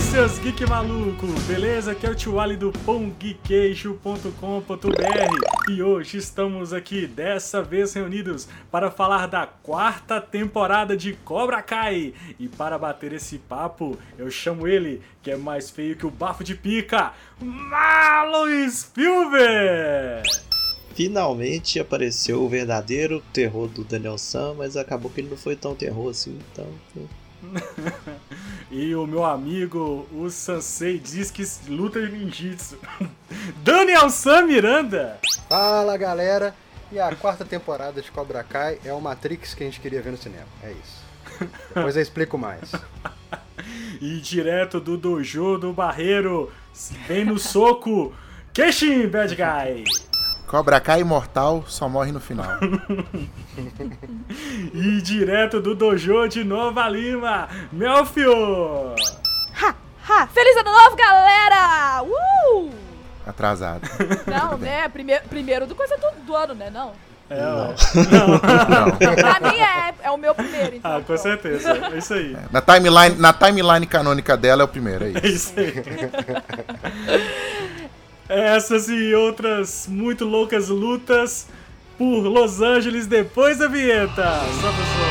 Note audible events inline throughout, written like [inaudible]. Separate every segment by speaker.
Speaker 1: seus geek maluco, beleza? Aqui é o tio Ali do pãogeekeixo.com.br e hoje estamos aqui, dessa vez reunidos, para falar da quarta temporada de Cobra Kai. E para bater esse papo, eu chamo ele, que é mais feio que o bafo de pica, Marlon Spielberg!
Speaker 2: Finalmente apareceu o verdadeiro terror do Daniel Sam, mas acabou que ele não foi tão terror assim, então.
Speaker 1: e o meu amigo, o Sansei, diz que luta de ninjitsu. [laughs] Daniel Sam Miranda!
Speaker 3: Fala galera! E a quarta temporada de Cobra Kai é o Matrix que a gente queria ver no cinema. É isso. Depois eu explico mais.
Speaker 1: e direto do dojo do Barreiro, vem no soco, Keshin Bad Guy!
Speaker 4: Cobra Kai imortal só [laughs] morre no final.
Speaker 1: e direto do dojo de Nova Lima, Melfio!
Speaker 5: Ha, ha! Feliz ano novo, galera! Uh!
Speaker 4: Atrasado. [laughs]
Speaker 5: Não, né? Primeiro, primeiro do coisa do, do ano, né? Não.
Speaker 1: É,
Speaker 2: Não.
Speaker 1: ó. Não.
Speaker 5: Não, pra mim é, é o meu primeiro, então.
Speaker 1: Ah, com
Speaker 5: pronto.
Speaker 1: certeza. É isso aí.
Speaker 4: Na timeline, na timeline canônica dela é o primeiro, é
Speaker 1: É
Speaker 4: isso.
Speaker 1: isso aí. [laughs] Essas e outras muito loucas lutas por Los Angeles depois da vinheta. Só pessoal.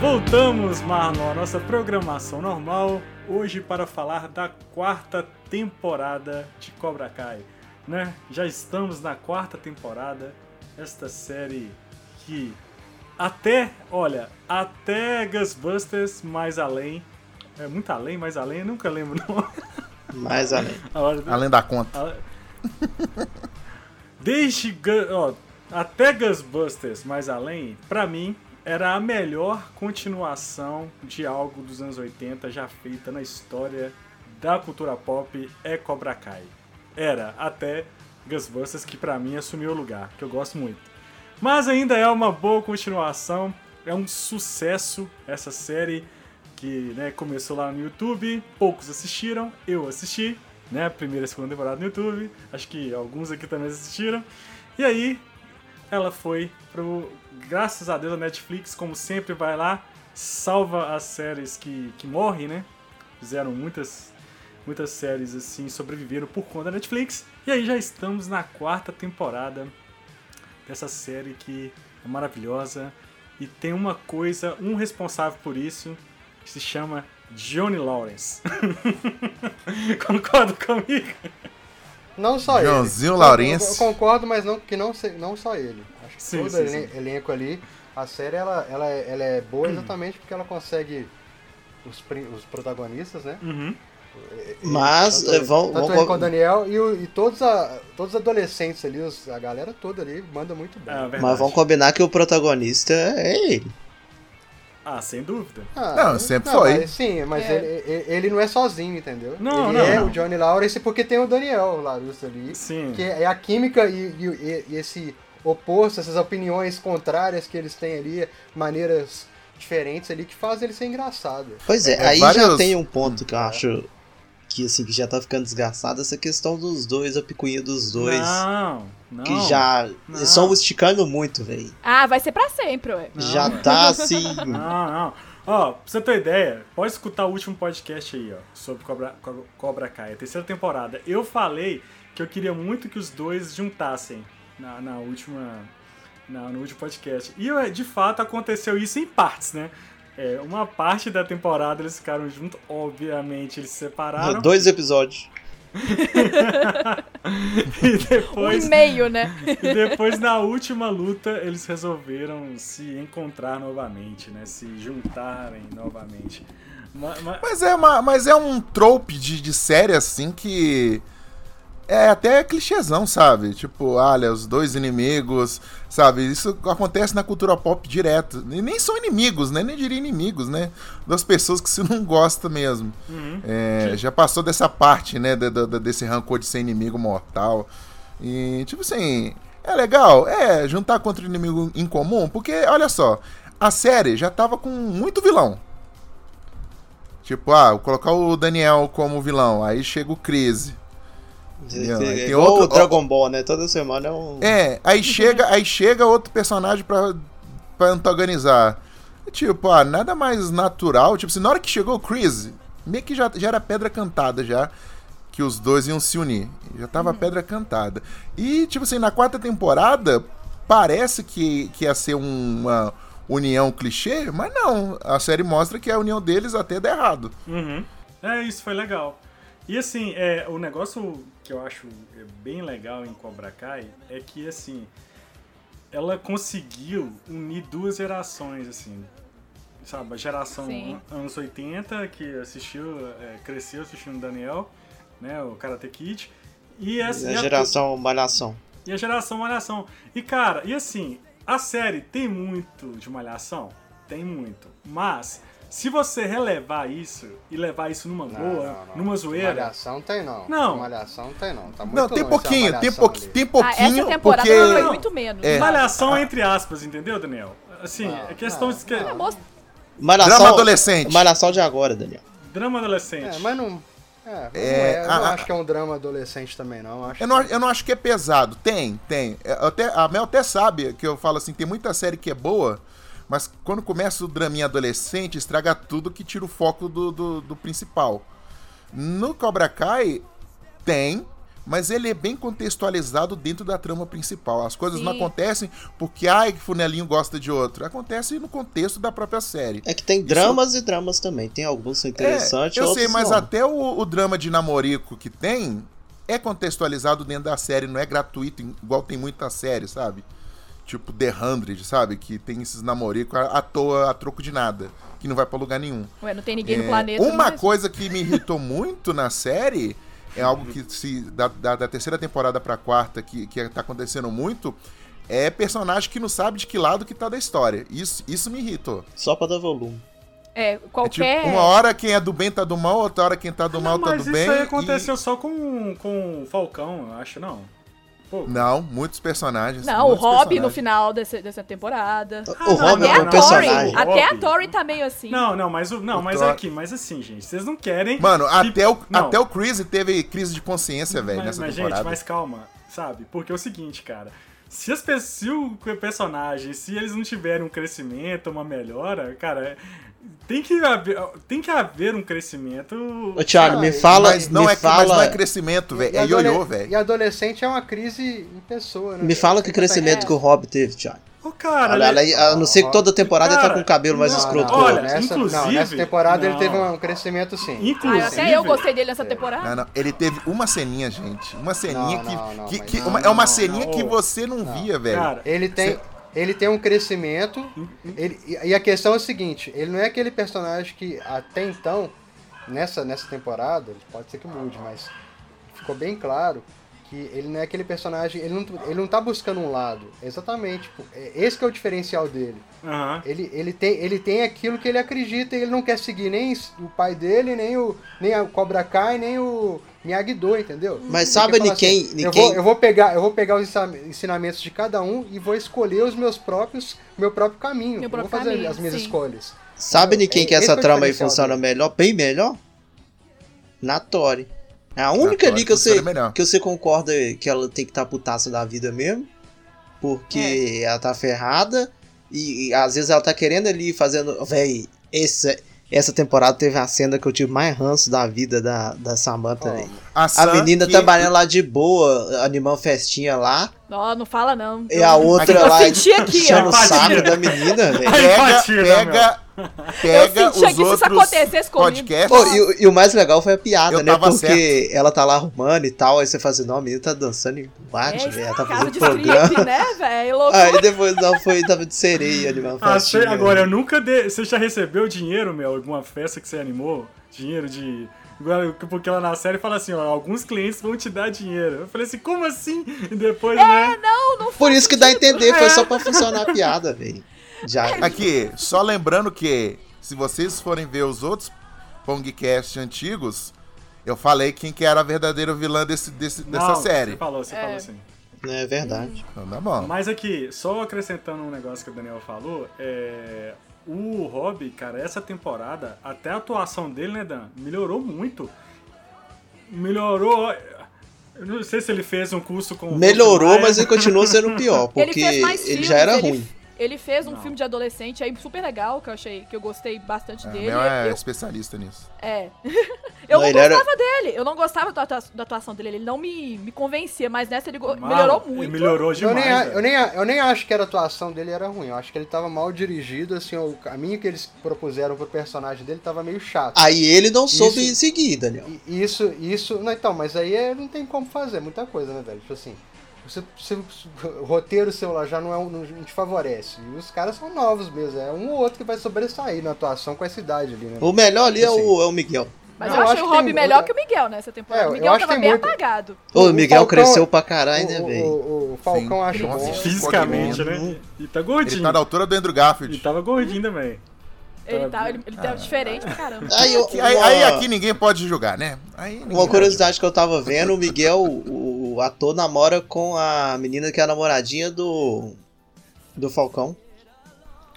Speaker 1: Voltamos, Marlon, à nossa programação normal, hoje para falar da quarta temporada de Cobra Kai, né? Já estamos na quarta temporada, esta série que até, olha, até Ghostbusters mais além, é muito além, mais além, eu nunca lembro [laughs] não.
Speaker 2: Mais além.
Speaker 1: A hora-
Speaker 4: Além da conta.
Speaker 1: a- [laughs] Desde Gu- ó, até Ghostbusters mais além, pra mim era a melhor continuação de algo dos anos 80 já feita na história da cultura pop é Cobra Kai. Era até Ghostbusters que pra mim assumiu o lugar, que eu gosto muito. Mas ainda é uma boa continuação, é um sucesso essa série que né, começou lá no YouTube, poucos assistiram, eu assisti, né? Primeira e segunda temporada no YouTube, acho que alguns aqui também assistiram. E aí, ela foi pro. Graças a Deus, a Netflix, como sempre, vai lá, salva as séries que, que morrem, né? Fizeram muitas, muitas séries assim, sobreviveram por conta da Netflix. E aí já estamos na quarta temporada dessa série que é maravilhosa. E tem uma coisa, um responsável por isso, que se chama Johnny Lawrence. [laughs] Concorda comigo?
Speaker 3: Não só ele.
Speaker 4: Joãozinho
Speaker 3: Eu-
Speaker 4: Laurence.
Speaker 3: Eu, eu concordo, mas não, que não, se- não só ele. Acho que
Speaker 1: Sim,
Speaker 3: todo
Speaker 1: sim,
Speaker 3: elen- elenco ali, a série ela, ela, é- ela é boa exatamente porque ela consegue os, pri- os protagonistas, né?
Speaker 1: Uhum.
Speaker 2: Mas
Speaker 3: Tanto- é,
Speaker 2: eh, vão.
Speaker 3: Tanto
Speaker 2: vão,
Speaker 3: ele com o
Speaker 2: vão
Speaker 3: Daniel e, o- e todos, a, todos os adolescentes ali, os- a galera toda ali, manda muito bem.
Speaker 1: É, verdade.
Speaker 2: mas vão combinar que o protagonista é ele.
Speaker 1: Ah, sem dúvida.
Speaker 3: Ah,
Speaker 4: Não, sempre foi.
Speaker 3: mas sim, mas
Speaker 5: É.
Speaker 3: ele, ele- ele não é sozinho, entendeu?
Speaker 1: Não,
Speaker 3: ele
Speaker 1: não,
Speaker 3: é
Speaker 1: não.
Speaker 3: o Johnny Lawrence porque tem o Daniel Larusso ali.
Speaker 1: Sim.
Speaker 3: Que é a química e, e- e esse oposto, essas opiniões contrárias que eles têm ali, maneiras diferentes ali, que fazem ele ser engraçado.
Speaker 2: Pois é,
Speaker 4: É,
Speaker 2: aí já
Speaker 4: vários-
Speaker 2: tem um ponto que eu acho que assim, que já tá ficando desgastado, essa questão dos dois, a picuinha dos dois.
Speaker 1: Não, não.
Speaker 2: Que já.
Speaker 1: Não.
Speaker 2: Eles estão esticando muito, velho.
Speaker 5: Ah, vai ser pra sempre, ué.
Speaker 1: Não.
Speaker 2: Já tá assim.
Speaker 1: Não, não. Ah, Ó, pra você ter ideia, pode escutar o último podcast aí, ó, sobre Cobra, Co- Cobra Kai, a terceira temporada. Eu falei que eu queria muito que os dois juntassem na, na última. na- no último podcast. E eu, de fato aconteceu isso em partes, né? É, uma parte da temporada eles ficaram juntos, obviamente eles se separaram.
Speaker 2: Dois episódios.
Speaker 1: [laughs] E
Speaker 5: Um [laughs]
Speaker 1: depois.
Speaker 5: e meio, né?
Speaker 1: E depois, na última luta, eles resolveram se encontrar novamente, né? Se juntarem novamente. Ma- ma-
Speaker 4: Mas é, uma, mas é um trope de, de série assim que. É até clichêzão, sabe? Tipo, olha, os dois inimigos, sabe? Isso acontece na cultura pop direto. E nem são inimigos, né? Nem diria inimigos, né? Das pessoas que você não gosta mesmo.
Speaker 1: uhum.
Speaker 4: É, já passou dessa parte, né? da- da- da- desse rancor de ser inimigo mortal. E, tipo assim, é legal, é, juntar contra o inimigo em comum, porque, olha só, a série já tava com muito vilão. Tipo, ah, colocar o Daniel como vilão, aí chega o Crise. Não, aí
Speaker 2: é
Speaker 4: tem
Speaker 2: igual
Speaker 4: outro-
Speaker 2: o Dragon Ball, né? Toda semana é
Speaker 5: Tipo,
Speaker 2: um.
Speaker 4: É,
Speaker 5: uhum.
Speaker 4: aí chega, aí chega outro personagem pra, pra antagonizar. Tipo, ah, nada mais natural. Tipo, se na hora que chegou o Chris, meio que já, já era pedra cantada já. Que os dois iam se unir. Já tava
Speaker 5: Uhum.
Speaker 4: pedra cantada. E, tipo assim, na quarta temporada, parece que, que ia ser um, uma união clichê, mas não. A série mostra que a união deles até dá errado.
Speaker 1: Uhum. É, isso foi legal. E assim, é, o negócio que eu acho é, bem legal em Cobra Kai é que, assim, ela conseguiu unir duas gerações, assim. Sabe, a geração
Speaker 5: Sim.
Speaker 1: an- anos 80, que assistiu, é, cresceu assistindo Daniel, né, o Karate Kid. E essa e
Speaker 2: é a
Speaker 1: a-
Speaker 2: geração Malhação.
Speaker 1: e a geração Malhação. E cara, e assim, a série tem muito de Malhação? Tem muito. Mas, se você relevar isso e levar isso numa boa, numa zoeira.
Speaker 3: Malhação tem não.
Speaker 1: Não.
Speaker 3: Malhação tem não. Tá muito
Speaker 4: não, tem
Speaker 3: longe
Speaker 4: pouquinho,
Speaker 3: essa
Speaker 4: tem,
Speaker 3: malhação
Speaker 4: pouqui-
Speaker 3: ali.
Speaker 4: tem
Speaker 5: Ah,
Speaker 4: Um pouquinho.
Speaker 5: essa temporada
Speaker 4: porque...
Speaker 5: foi muito menos.
Speaker 4: É.
Speaker 1: Malhação entre aspas, entendeu, Daniel? Assim,
Speaker 3: Não,
Speaker 1: é questão de. que-
Speaker 5: A moça-
Speaker 2: Malhação.
Speaker 4: Drama adolescente.
Speaker 2: Malhação de agora, Daniel.
Speaker 1: Drama adolescente.
Speaker 3: É, mas não. É, não
Speaker 4: É,
Speaker 3: é, eu
Speaker 4: a-
Speaker 3: não
Speaker 4: a-
Speaker 3: acho que é um drama adolescente também, não. Acho
Speaker 4: Eu não, eu não acho que é pesado. Tem, tem. É, Até, a Mel até sabe que eu falo assim, tem muita série que é boa, mas quando começa o draminha adolescente, estraga tudo que tira o foco do, do, do principal. No Cobra Kai, tem, mas ele é bem contextualizado dentro da trama principal. As coisas não
Speaker 5: Sim.
Speaker 4: acontecem porque, ai, que funelinho gosta de outro. Acontece no contexto da própria série.
Speaker 2: É que tem dramas e dramas também. Tem alguns que são interessantes.
Speaker 4: É, eu
Speaker 2: outros
Speaker 4: sei, mas
Speaker 2: não.
Speaker 4: até o, o drama de namorico que tem é contextualizado dentro da série, não é gratuito, igual tem muita série, sabe? Tipo The Hundred, sabe? Que tem esses namoricos à à toa, a troco de nada, que não vai pra lugar nenhum.
Speaker 5: Ué, não tem ninguém
Speaker 4: É,
Speaker 5: no planeta.
Speaker 4: uma
Speaker 5: mas-
Speaker 4: coisa que me irritou muito na série é algo que se da, da- da terceira temporada pra quarta que, que tá acontecendo muito é personagem que não sabe de que lado que tá da história. Isso, isso me irritou.
Speaker 2: Só pra dar volume.
Speaker 5: É,
Speaker 4: É tipo,
Speaker 5: qualquer.
Speaker 4: uma hora quem é do bem tá do mal, outra hora quem tá do mal
Speaker 1: não,
Speaker 4: tá
Speaker 1: mas
Speaker 4: do
Speaker 1: isso
Speaker 4: bem.
Speaker 1: aí
Speaker 4: e-
Speaker 1: aconteceu só com, com o Falcão, eu acho, não. Pô,
Speaker 4: Não, muitos personagens.
Speaker 5: Não, o
Speaker 4: muitos
Speaker 5: Rob no
Speaker 4: personagens.
Speaker 5: final desse- dessa temporada.
Speaker 2: O
Speaker 1: Ah,
Speaker 2: Robin
Speaker 5: até
Speaker 2: é
Speaker 5: a
Speaker 2: um
Speaker 1: não,
Speaker 5: Tori.
Speaker 2: personagem.
Speaker 1: não.
Speaker 5: Até a
Speaker 1: Robin.
Speaker 5: Tori tá meio assim.
Speaker 1: Não, não, mas o. Não,
Speaker 4: O
Speaker 1: mas
Speaker 4: Thor-
Speaker 1: aqui, mas assim, gente, vocês não querem.
Speaker 4: Mano,
Speaker 1: que-
Speaker 4: até o,
Speaker 1: Tipo, Não.
Speaker 4: até o Chris teve crise de consciência, velho,
Speaker 1: Mas,
Speaker 4: nessa
Speaker 1: mas,
Speaker 4: temporada.
Speaker 1: gente, mas calma, sabe? Porque é o seguinte, cara. Se, as, pe- se o personagem, se eles não tiverem um crescimento, uma melhora, cara, é- tem que haver, tem que haver um crescimento.
Speaker 2: Ô, Thiago, me
Speaker 3: Ah,
Speaker 2: fala.
Speaker 4: Mas não,
Speaker 2: me
Speaker 4: é,
Speaker 2: fala...
Speaker 4: mas não é crescimento, velho.
Speaker 3: E
Speaker 4: É
Speaker 3: adole-
Speaker 4: ioiô,
Speaker 3: E
Speaker 4: velho.
Speaker 3: adolescente é uma crise em pessoa, né?
Speaker 2: Me fala que crescimento
Speaker 5: É.
Speaker 2: que o Rob teve, Thiago.
Speaker 1: Ô, cara, né?
Speaker 2: Olha,
Speaker 1: ele-
Speaker 2: ela- a não ser que toda temporada ele tá
Speaker 1: Cara,
Speaker 2: com o cabelo mais
Speaker 1: não,
Speaker 2: escroto.
Speaker 1: não, olha,
Speaker 2: né?
Speaker 3: nessa,
Speaker 1: inclusive-
Speaker 3: não, nessa temporada ele
Speaker 1: não.
Speaker 3: teve um crescimento sim.
Speaker 5: Ah, eu-
Speaker 1: Inclusive-
Speaker 5: até eu gostei dele nessa temporada.
Speaker 4: Não, não. Ele teve uma ceninha, gente. Uma ceninha
Speaker 3: Não,
Speaker 4: que.
Speaker 3: não, não,
Speaker 4: que-
Speaker 3: mas
Speaker 4: que-
Speaker 3: não,
Speaker 4: uma- é uma
Speaker 1: não,
Speaker 4: ceninha
Speaker 1: não.
Speaker 4: que você não, via, velho.
Speaker 1: Cara,
Speaker 3: Ele tem, ele tem um crescimento. Ele, e e a questão é a seguinte: ele não é aquele personagem que até então, nessa, nessa temporada, ele pode ser que mude, mas ficou bem claro que ele não é aquele personagem. Ele não, ele não tá buscando um lado. Exatamente. tipo, é- esse que é o diferencial dele.
Speaker 1: aham.
Speaker 3: Ele, ele, tem, ele tem aquilo que ele acredita e ele não quer seguir nem o pai dele, nem o nem a Cobra Kai, nem o Miyagi-Do, entendeu?
Speaker 5: Uhum.
Speaker 2: Mas
Speaker 3: Ele
Speaker 2: sabe
Speaker 3: quer falar
Speaker 2: de quem-
Speaker 3: assim,
Speaker 2: de
Speaker 3: eu,
Speaker 2: quem-
Speaker 3: vou, eu vou pegar, eu vou pegar os ensa- ensinamentos de cada um e vou escolher os meus próprios, meu próprio caminho.
Speaker 5: Meu
Speaker 3: Eu
Speaker 5: próprio
Speaker 3: vou fazer
Speaker 5: caminho,
Speaker 3: as minhas
Speaker 5: sim.
Speaker 3: escolhas.
Speaker 2: Sabe de
Speaker 3: É,
Speaker 2: quem que
Speaker 3: esse
Speaker 2: essa
Speaker 3: foi o
Speaker 2: trama aí
Speaker 3: diferencial
Speaker 2: funciona
Speaker 3: dele.
Speaker 2: melhor? Bem melhor? Na Tori. É a única
Speaker 4: Tori
Speaker 2: ali que eu sei
Speaker 4: funciona melhor.
Speaker 2: que você concorda que ela tem que estar tá putaça da vida mesmo. Porque
Speaker 5: É.
Speaker 2: ela tá ferrada. E, e às vezes ela tá querendo ali fazendo. Véi, essa, essa temporada teve a cena que eu tive mais ranço da vida da, da Samantha,
Speaker 3: Ó,
Speaker 2: véi.
Speaker 4: A,
Speaker 2: A
Speaker 4: Sam
Speaker 2: menina
Speaker 4: que-
Speaker 2: trabalhando lá de boa, animando festinha lá.
Speaker 5: Não, não fala não.
Speaker 2: E É a outra
Speaker 5: eu
Speaker 2: lá
Speaker 5: senti aqui,
Speaker 2: puxando
Speaker 5: ó.
Speaker 2: o saco da menina,
Speaker 5: [laughs]
Speaker 2: velho.
Speaker 1: Ai,
Speaker 4: Pega,
Speaker 1: empatia, né,
Speaker 4: pega,
Speaker 5: Eu
Speaker 4: pega
Speaker 5: senti aqui
Speaker 4: os
Speaker 5: se isso
Speaker 4: outros
Speaker 5: acontecesse comigo.
Speaker 4: podcasts.
Speaker 2: Pô, e, o- e o mais legal foi a piada,
Speaker 4: Eu
Speaker 2: né?
Speaker 4: tava
Speaker 2: Porque
Speaker 4: certo.
Speaker 2: ela tá lá arrumando e tal, aí você fala assim, não, a menina tá dançando em boate, velho,
Speaker 5: É,
Speaker 2: ela tá
Speaker 5: casa
Speaker 2: fazendo
Speaker 5: de
Speaker 2: programa.
Speaker 5: strip, né, velho? Loucura.
Speaker 2: Aí depois não foi, tava de sereia ali, uma
Speaker 1: Ah, sei,
Speaker 2: festinha.
Speaker 1: agora, eu nunca dei. Você já recebeu dinheiro, meu? Alguma festa que você animou? Dinheiro de. Agora, Porque ela na série fala assim: ó, alguns clientes vão te dar dinheiro. Eu falei assim: como assim? E depois,
Speaker 5: É,
Speaker 1: né?
Speaker 5: não, não
Speaker 2: Por isso que dá a entender, foi
Speaker 1: É.
Speaker 2: só pra funcionar a piada, velho. Já.
Speaker 5: É.
Speaker 4: Aqui, só lembrando que se vocês forem ver os outros Pongcast antigos, eu falei quem que era a verdadeira vilã desse, desse- dessa
Speaker 1: Não, Você
Speaker 4: série.
Speaker 1: falou, você
Speaker 5: É.
Speaker 1: falou assim.
Speaker 2: É verdade.
Speaker 4: Então tá bom.
Speaker 1: Mas aqui, só acrescentando um negócio que o Daniel falou, é. O Rob, cara, essa temporada, até a atuação dele, né, Dan, melhorou muito. Melhorou. Eu não sei se ele fez um curso com. o
Speaker 2: Melhorou,
Speaker 1: Wolfmaier.
Speaker 2: mas ele continuou sendo pior, porque
Speaker 5: ele fez
Speaker 2: ele,
Speaker 5: mais filmes,
Speaker 2: já era
Speaker 5: ele,
Speaker 2: ruim.
Speaker 5: Ele fez um
Speaker 1: Não.
Speaker 5: filme de adolescente aí super legal, que eu achei, que eu gostei bastante
Speaker 4: É,
Speaker 5: dele.
Speaker 4: Mel é
Speaker 5: Eu,
Speaker 4: especialista nisso.
Speaker 5: é. [laughs] eu
Speaker 2: Não,
Speaker 5: não,
Speaker 2: ele era-
Speaker 5: gostava dele, eu não gostava da, atua- da atuação dele, ele não me, me convencia, mas nessa ele go-
Speaker 1: Mal,
Speaker 5: melhorou
Speaker 1: ele
Speaker 5: muito.
Speaker 1: Melhorou
Speaker 3: Eu
Speaker 1: demais.
Speaker 3: nem, a-
Speaker 1: velho.
Speaker 3: eu, nem, a- eu nem acho que era a atuação dele era ruim. Eu acho que ele tava mal dirigido, assim, o caminho que eles propuseram pro personagem dele tava meio chato.
Speaker 2: Aí ele não soube
Speaker 3: Isso.
Speaker 2: seguir, Daniel.
Speaker 3: E isso, isso. Não, então, mas aí é- não tem como fazer, muita coisa, né, velho? Tipo assim, você, você- o roteiro seu lá já não, é, um- não te favorece. E os caras são novos mesmo, é um ou outro que vai sobressair na atuação com essa idade ali, né?
Speaker 2: O melhor ali é
Speaker 3: Assim.
Speaker 2: o, é o Miguel.
Speaker 5: Mas
Speaker 3: Não,
Speaker 5: eu,
Speaker 3: eu
Speaker 5: achei
Speaker 3: acho
Speaker 5: o
Speaker 3: que
Speaker 5: Rob
Speaker 3: tem-
Speaker 5: melhor
Speaker 3: eu-
Speaker 5: que o Miguel nessa temporada.
Speaker 3: É,
Speaker 5: o
Speaker 3: eu
Speaker 5: Miguel
Speaker 3: acho que
Speaker 5: tava
Speaker 3: tem
Speaker 5: bem
Speaker 3: muito-
Speaker 5: apagado.
Speaker 2: Ô,
Speaker 3: O
Speaker 2: O Miguel
Speaker 3: Falcão-
Speaker 2: cresceu pra caralho, né,
Speaker 3: o,
Speaker 2: velho?
Speaker 3: o, o Falcão
Speaker 4: Sim.
Speaker 3: acho
Speaker 4: Nossa,
Speaker 3: bom.
Speaker 4: esse
Speaker 1: Fisicamente, né?
Speaker 4: Pokémon,
Speaker 1: E tá
Speaker 4: Ele
Speaker 1: gordinho.
Speaker 4: tá na altura do Andrew Garfield.
Speaker 1: E tava gordinho também.
Speaker 5: Ele
Speaker 1: Tá
Speaker 5: tava, ele, ele tava diferente
Speaker 2: [laughs]
Speaker 5: pra caramba.
Speaker 2: Aí, eu-
Speaker 4: Que aí,
Speaker 2: uma,
Speaker 4: aí aqui ninguém pode julgar, né? Aí ninguém
Speaker 2: uma
Speaker 4: pode
Speaker 2: curiosidade que eu tava vendo, o Miguel, o, o ator, namora com a menina que é a namoradinha do. do Falcão.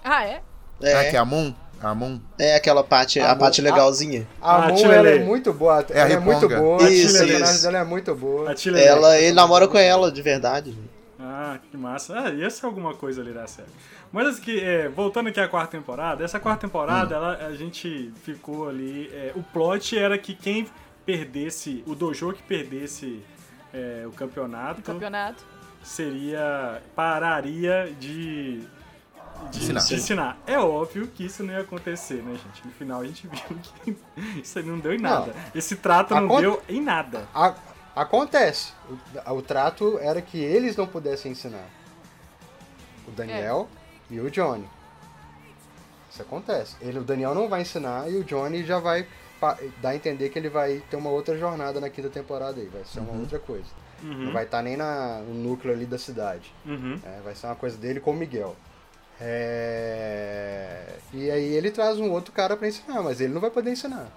Speaker 5: Ah, é?
Speaker 4: julgar. Ah,
Speaker 2: É,
Speaker 4: que é a Moon? A Moon.
Speaker 2: é aquela parte, a
Speaker 3: Amor.
Speaker 2: parte legalzinha.
Speaker 3: A
Speaker 1: Ah,
Speaker 3: Moon,
Speaker 1: Tila
Speaker 3: ela é
Speaker 1: Lele.
Speaker 3: muito boa.
Speaker 4: É a
Speaker 3: ela é muito
Speaker 4: Riponga.
Speaker 3: boa.
Speaker 2: Isso,
Speaker 3: a personagem
Speaker 2: isso.
Speaker 3: dela é muito boa.
Speaker 1: A Tila
Speaker 2: Ela, ele namora com ela, de verdade.
Speaker 1: Ah, que massa. Ah, ia ser alguma coisa ali da série. Mas que, é, voltando aqui à quarta temporada, essa quarta temporada, ela, a gente ficou ali. é, o plot era que quem perdesse, o dojo que perdesse é, o campeonato,
Speaker 5: Campeonato.
Speaker 1: seria. pararia de. De
Speaker 4: Ensinar.
Speaker 1: de ensinar. É óbvio que isso não ia acontecer, né, gente? No final a gente [laughs] viu que isso aí não deu em nada. Esse trato não
Speaker 3: Aconte-
Speaker 1: deu em nada.
Speaker 3: A- acontece. O, o trato era que eles não pudessem ensinar. O Daniel e o Johnny. Isso acontece. Ele, o Daniel não vai ensinar e o Johnny já vai pa- dar a entender que ele vai ter uma outra jornada na quinta temporada aí. Vai ser uma outra coisa. Não
Speaker 1: Uhum.
Speaker 3: vai estar nem na- no núcleo ali da cidade.
Speaker 1: Uhum.
Speaker 3: É, vai ser uma coisa dele com o Miguel. É, E aí ele traz um outro cara pra ensinar, mas ele não vai poder ensinar.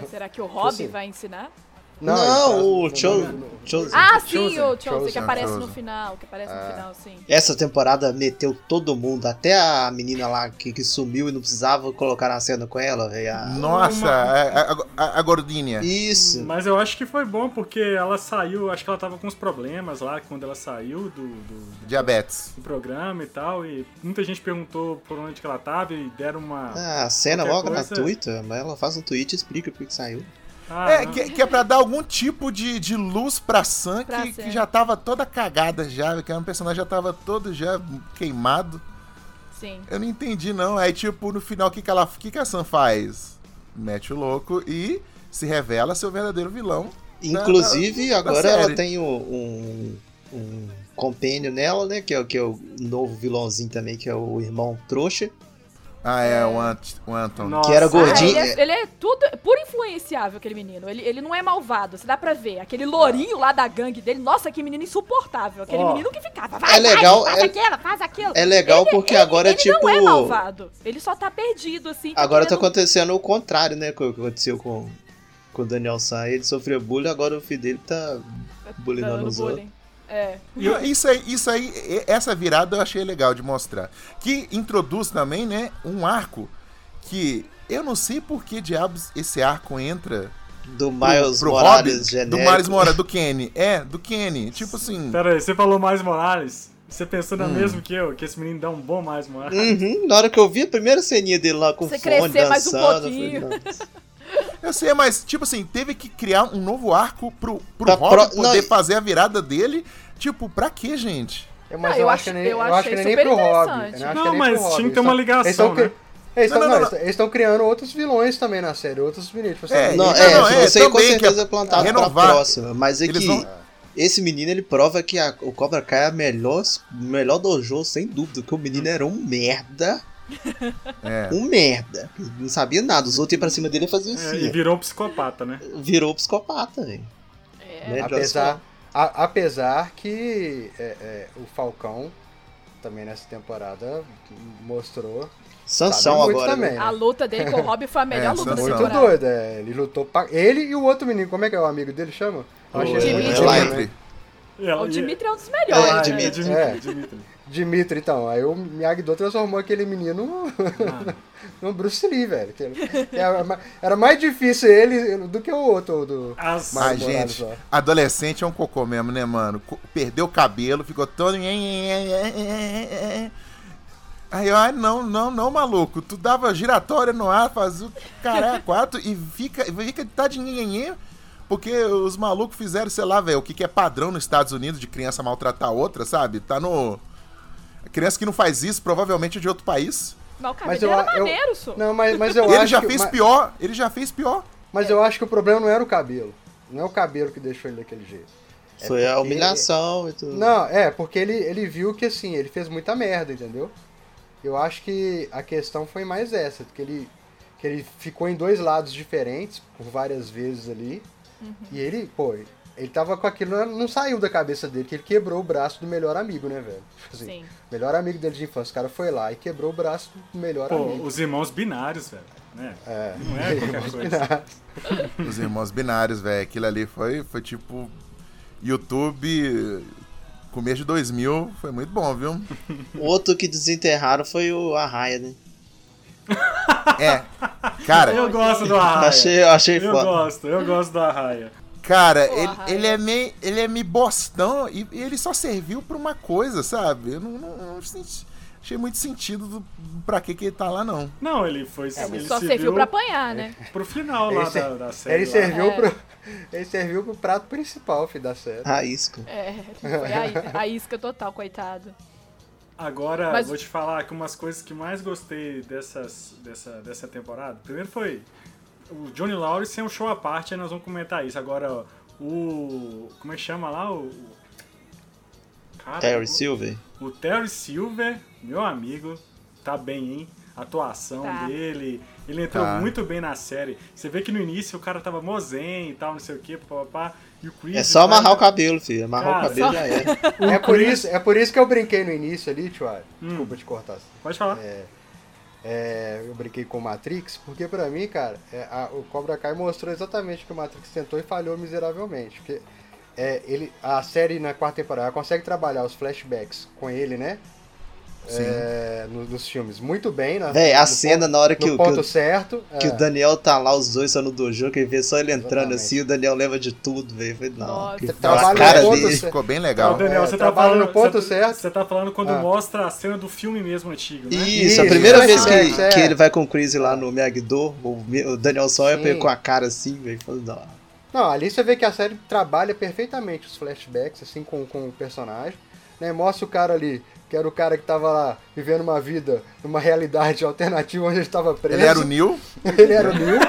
Speaker 5: É, será que o Rob
Speaker 3: assim.
Speaker 5: vai ensinar?
Speaker 2: Não, o
Speaker 3: ele tá traz-
Speaker 2: Cho-
Speaker 3: um não, não, não.
Speaker 2: Chosen.
Speaker 5: Ah, sim,
Speaker 1: Chosen.
Speaker 5: o Chosen, que
Speaker 3: Chosen,
Speaker 5: aparece no
Speaker 4: Chosen.
Speaker 5: final. Que aparece no final, sim.
Speaker 2: Essa temporada meteu todo mundo, até a menina lá que, que sumiu e não precisava colocar na cena com ela, velho. a-
Speaker 4: Nossa, a, a- a- a gordinha.
Speaker 2: Isso.
Speaker 1: Mas eu acho que foi bom, porque ela saiu, acho que ela tava com uns problemas lá quando ela saiu do, do,
Speaker 4: Diabetes.
Speaker 1: do programa e tal, e muita gente perguntou por onde que ela tava e deram uma.
Speaker 2: Ah, a cena
Speaker 1: Qualquer
Speaker 2: mó
Speaker 1: coisa-
Speaker 2: gratuita, mas ela faz um tweet e explica por que saiu.
Speaker 1: Ah,
Speaker 4: É,
Speaker 1: não.
Speaker 4: que, que é pra dar algum tipo de, de luz pra Sam,
Speaker 5: Pra
Speaker 4: que,
Speaker 5: Sam.
Speaker 4: que já tava toda cagada já, que era um personagem já tava todo já queimado.
Speaker 5: Sim.
Speaker 4: Eu não entendi, não. Aí, tipo, no final, o que, que, ela, que, que a Sam faz? Mete o louco e se revela seu verdadeiro vilão.
Speaker 2: Inclusive,
Speaker 4: da
Speaker 2: agora ela
Speaker 4: série.
Speaker 2: tem um, um, um compênio nela, né? Que é, o- que é o novo vilãozinho também, que é o irmão trouxa.
Speaker 4: Ah, é, o, Ant, o Anton.
Speaker 1: Nossa,
Speaker 2: que era
Speaker 5: Ah,
Speaker 2: gordinho.
Speaker 5: ele, é, ele é tudo puro influenciável, aquele menino. Ele, ele não é malvado, você dá pra ver. Aquele lourinho lá da gangue dele, nossa, que menino insuportável. Aquele
Speaker 1: Ó.
Speaker 5: menino que ficava, vai,
Speaker 2: É legal,
Speaker 5: vai, faz
Speaker 2: é-
Speaker 5: aquela, faz aquilo.
Speaker 2: É legal
Speaker 5: Ele-
Speaker 2: porque
Speaker 5: ele-
Speaker 2: agora é
Speaker 5: ele
Speaker 2: tipo.
Speaker 5: não é malvado, ele só tá perdido, assim. tá
Speaker 2: Agora tá
Speaker 5: querendo-
Speaker 2: acontecendo o contrário, né? Que que aconteceu com, com o Daniel San. Ele sofreu bullying, agora o filho dele tá
Speaker 5: dando
Speaker 2: bullyingando os outros.
Speaker 5: bullying. É,
Speaker 4: E eu- Isso aí, isso aí, e- essa virada eu achei legal de mostrar. Que introduz também, né, um arco que eu não sei por que diabos esse arco entra
Speaker 2: Do Miles
Speaker 4: pro
Speaker 2: Morales
Speaker 4: Hobbit, do
Speaker 2: genérico.
Speaker 4: Miles Morales, do Kenny. É, do Kenny. Tipo assim,
Speaker 1: É, Pera aí, você falou mais Morales? Você pensou
Speaker 2: Hum.
Speaker 1: na mesmo que eu, que esse menino dá um bom mais Morales?
Speaker 2: Uhum, na hora que eu vi a primeira ceninha dele lá com
Speaker 5: Você
Speaker 2: fone,
Speaker 5: crescer mais um
Speaker 2: dançando,
Speaker 5: pouquinho.
Speaker 2: eu falei, "Não."
Speaker 4: eu sei, mas tipo assim, teve que criar um novo arco pro, pro
Speaker 2: Pra
Speaker 4: Robin
Speaker 2: Tá pro-
Speaker 4: poder
Speaker 2: não,
Speaker 4: fazer a virada dele Tipo, pra quê, gente?
Speaker 3: É, Mas
Speaker 5: Ah,
Speaker 3: eu
Speaker 5: eu
Speaker 3: acho que
Speaker 5: ach-
Speaker 3: nem-
Speaker 5: eu
Speaker 3: eu acho que
Speaker 5: achei
Speaker 3: nem
Speaker 5: super
Speaker 3: pro hobby. Eu
Speaker 5: interessante.
Speaker 3: acho que
Speaker 1: Não,
Speaker 3: nem pro
Speaker 1: mas
Speaker 3: hobby.
Speaker 1: tinha que
Speaker 3: Eles
Speaker 1: ter uma
Speaker 3: tão-
Speaker 1: ligação,
Speaker 3: eles tão cri-
Speaker 1: né?
Speaker 3: Eles
Speaker 4: Não,
Speaker 3: estão
Speaker 4: não, não, não.
Speaker 3: criando outros vilões também na série, outros vilões. Tipo,
Speaker 4: [laughs] É,
Speaker 3: sabe?
Speaker 2: Não,
Speaker 4: Não,
Speaker 2: é,
Speaker 4: não, é,
Speaker 2: você com
Speaker 4: também
Speaker 2: certeza
Speaker 4: que é
Speaker 2: é plantado pra
Speaker 4: renovar.
Speaker 2: próxima, mas é
Speaker 4: Eles
Speaker 2: que
Speaker 4: vão-
Speaker 2: esse menino ele prova que a- o Cobra Kai é a melhor, melhor dojo, sem dúvida, que o menino era um merda,
Speaker 4: É.
Speaker 2: um merda, que não sabia nada, os outros iam pra cima dele e faziam
Speaker 1: É, e
Speaker 2: assim,
Speaker 1: virou um psicopata, né?
Speaker 2: virou psicopata, velho.
Speaker 5: É.
Speaker 2: Né,
Speaker 3: apesar, a- apesar que é, é, o Falcão, também nessa temporada, mostrou.
Speaker 2: Sansão
Speaker 3: sabe muito
Speaker 2: agora,
Speaker 3: também,
Speaker 2: né?
Speaker 3: né?
Speaker 5: A luta dele com o Robbie
Speaker 3: [laughs]
Speaker 5: foi a melhor
Speaker 4: É,
Speaker 5: luta da
Speaker 4: sensacional.
Speaker 3: Muito
Speaker 5: temporada.
Speaker 3: doido, é. Ele lutou pra... Ele e o outro menino, como é que é o amigo dele chama? Eu
Speaker 1: O
Speaker 3: achei
Speaker 5: Dimitri.
Speaker 3: muito
Speaker 2: É,
Speaker 3: doido,
Speaker 2: Dimitri.
Speaker 3: né?
Speaker 4: Dimitri.
Speaker 1: Ela-
Speaker 5: O Dimitri é um dos
Speaker 2: É,
Speaker 5: melhores. né?
Speaker 1: Dimitri,
Speaker 2: Dimitri.
Speaker 1: Dimitri, Dimitri.
Speaker 3: Dimitri, então. Aí o Miyagi-Do transformou aquele menino num,
Speaker 1: Ah,
Speaker 3: num Bruce Lee, velho. que ele- era, ma- era mais difícil ele do que o outro. Do...
Speaker 1: As-
Speaker 3: Mas-
Speaker 4: Mas, gente,
Speaker 3: Morales,
Speaker 4: adolescente é um cocô mesmo, né, mano? Co- Perdeu o cabelo, ficou todo. Aí, eu, ah, não, não, não, maluco. Tu dava giratória no ar, fazia o
Speaker 3: [laughs]
Speaker 4: caralho a quatro e fica, fica tá de nhenhenhê, porque os malucos fizeram, sei lá, velho, o que, que é padrão nos Estados Unidos de criança maltratar outra, sabe? Tá no. A criança que não faz isso provavelmente é de outro país.
Speaker 5: Mas o cabelo
Speaker 3: Mas
Speaker 5: dele
Speaker 3: eu,
Speaker 5: era
Speaker 3: eu-
Speaker 5: maneiro, só.
Speaker 3: Não, mas, mas eu
Speaker 4: ele
Speaker 3: acho
Speaker 4: já
Speaker 3: que,
Speaker 4: fez
Speaker 3: ma-
Speaker 4: pior, ele já fez pior.
Speaker 3: Mas eu acho que o problema não era o cabelo. Não é o cabelo que deixou ele daquele jeito.
Speaker 2: Foi a humilhação e tudo.
Speaker 3: é Não, é, porque ele, ele viu que assim, ele fez muita merda, entendeu? Eu acho que a questão foi mais essa, que ele, que ele ficou em dois lados diferentes por várias vezes ali.
Speaker 5: Uhum.
Speaker 3: E ele, pô, ele tava com aquilo, né, não, não saiu da cabeça dele, que ele quebrou o braço do melhor amigo, né, velho? Tipo assim,
Speaker 5: Sim.
Speaker 3: melhor amigo dele de infância. O cara foi lá e quebrou o braço do melhor
Speaker 1: Pô,
Speaker 3: amigo.
Speaker 1: os irmãos binários, velho. Né?
Speaker 3: É.
Speaker 1: Não é qualquer
Speaker 3: [laughs]
Speaker 1: coisa.
Speaker 4: Os irmãos binários, velho. Aquilo ali foi, foi tipo. YouTube. Começo de 2000 foi muito bom, viu?
Speaker 2: Outro que desenterraram foi o Arraia, né?
Speaker 4: É. Cara,
Speaker 1: Eu gosto do Arraia.
Speaker 2: Achei, achei
Speaker 1: eu
Speaker 2: foda.
Speaker 1: gosto, eu gosto do Arraia.
Speaker 4: cara,
Speaker 5: Pô,
Speaker 4: ele,
Speaker 5: Arraia.
Speaker 4: ele é meio. Ele é meio bostão e, e ele só serviu pra uma coisa, sabe? Eu não, não- não senti- achei muito sentido do, pra que, que ele tá lá, não.
Speaker 1: Não, ele foi. ele
Speaker 5: É, Só
Speaker 1: se
Speaker 5: serviu
Speaker 1: viu
Speaker 5: pra apanhar, né?
Speaker 3: É.
Speaker 1: pro final
Speaker 3: Ele
Speaker 1: lá
Speaker 3: ser-
Speaker 1: da, da série.
Speaker 3: Ele
Speaker 1: lá.
Speaker 3: serviu,
Speaker 5: É.
Speaker 3: pro, ele serviu pro prato principal, filho, da série.
Speaker 2: Raísco.
Speaker 5: É, foi a, i- a isca total, coitado.
Speaker 1: Agora,
Speaker 5: Mas-
Speaker 1: vou te falar que umas coisas que mais gostei dessas, dessa, dessa temporada. Primeiro foi o Johnny Lawrence é um show à parte, aí nós vamos comentar isso. Agora, o. Como é que chama lá? O. o- Cara,
Speaker 2: Terry
Speaker 1: Ah, o-
Speaker 2: Silver. É
Speaker 1: O Terry Silver, meu amigo, tá bem, hein? A atuação
Speaker 5: Tá.
Speaker 1: dele, ele entrou
Speaker 4: Tá.
Speaker 1: muito bem na série. Você vê que no início o cara tava mozen e tal, não sei o que, papá. E o Chris.
Speaker 2: É só
Speaker 1: o cara-
Speaker 2: amarrar o cabelo, filho. Amarrar
Speaker 1: Cara,
Speaker 2: o cabelo
Speaker 1: Ah, só-
Speaker 2: já era.
Speaker 3: [laughs] É por,
Speaker 1: Chris- Hum.
Speaker 3: isso, é por isso que eu brinquei no início ali, tio. Ari. Desculpa te cortar.
Speaker 1: Pode falar.
Speaker 3: É, eu brinquei com o Matrix, porque pra mim, cara, é, a- o Cobra Kai mostrou exatamente o que o Matrix tentou e falhou miseravelmente. Porque é, ele, a série na quarta temporada consegue trabalhar os flashbacks com ele, né?
Speaker 4: Sim.
Speaker 3: É, no- nos filmes muito bem. Na,
Speaker 2: Véi, a
Speaker 3: no
Speaker 2: cena
Speaker 3: ponto-
Speaker 2: na hora que
Speaker 3: no
Speaker 2: o- que
Speaker 3: ponto
Speaker 2: o-
Speaker 3: certo.
Speaker 2: Que
Speaker 3: é.
Speaker 2: o Daniel tá lá, os dois só no dojo, que ele vê só ele entrando
Speaker 3: Exatamente. Tá
Speaker 2: assim, o Daniel lembra de tudo, velho. Falei, Não,
Speaker 5: Nossa.
Speaker 2: que
Speaker 3: Trabalha
Speaker 2: a
Speaker 3: no
Speaker 2: cara
Speaker 3: ponto
Speaker 2: dele.
Speaker 3: certo.
Speaker 4: Ficou bem
Speaker 1: Ô,
Speaker 4: legal.
Speaker 1: Daniel,
Speaker 3: é,
Speaker 1: você tá
Speaker 3: trabalha
Speaker 1: falando
Speaker 3: no ponto
Speaker 1: você,
Speaker 3: certo.
Speaker 1: Você tá falando quando
Speaker 3: Ah.
Speaker 1: mostra a cena do filme mesmo antigo, né?
Speaker 2: Isso, a
Speaker 3: Isso,
Speaker 2: primeira
Speaker 3: isso,
Speaker 2: vez que,
Speaker 3: isso, é.
Speaker 2: que ele vai com o Chris lá no Miyagi-Do, o, Mi- o Daniel só
Speaker 3: Sim.
Speaker 2: olha com a cara assim, velho. falando, não.
Speaker 3: Não, ali você vê que a série trabalha perfeitamente os flashbacks, assim, com, com o personagem. Né? Mostra o cara ali, que era o cara que tava lá vivendo uma vida, numa realidade [laughs] alternativa onde ele estava preso.
Speaker 4: Ele era o Neil.
Speaker 3: [laughs] Ele era o Neil,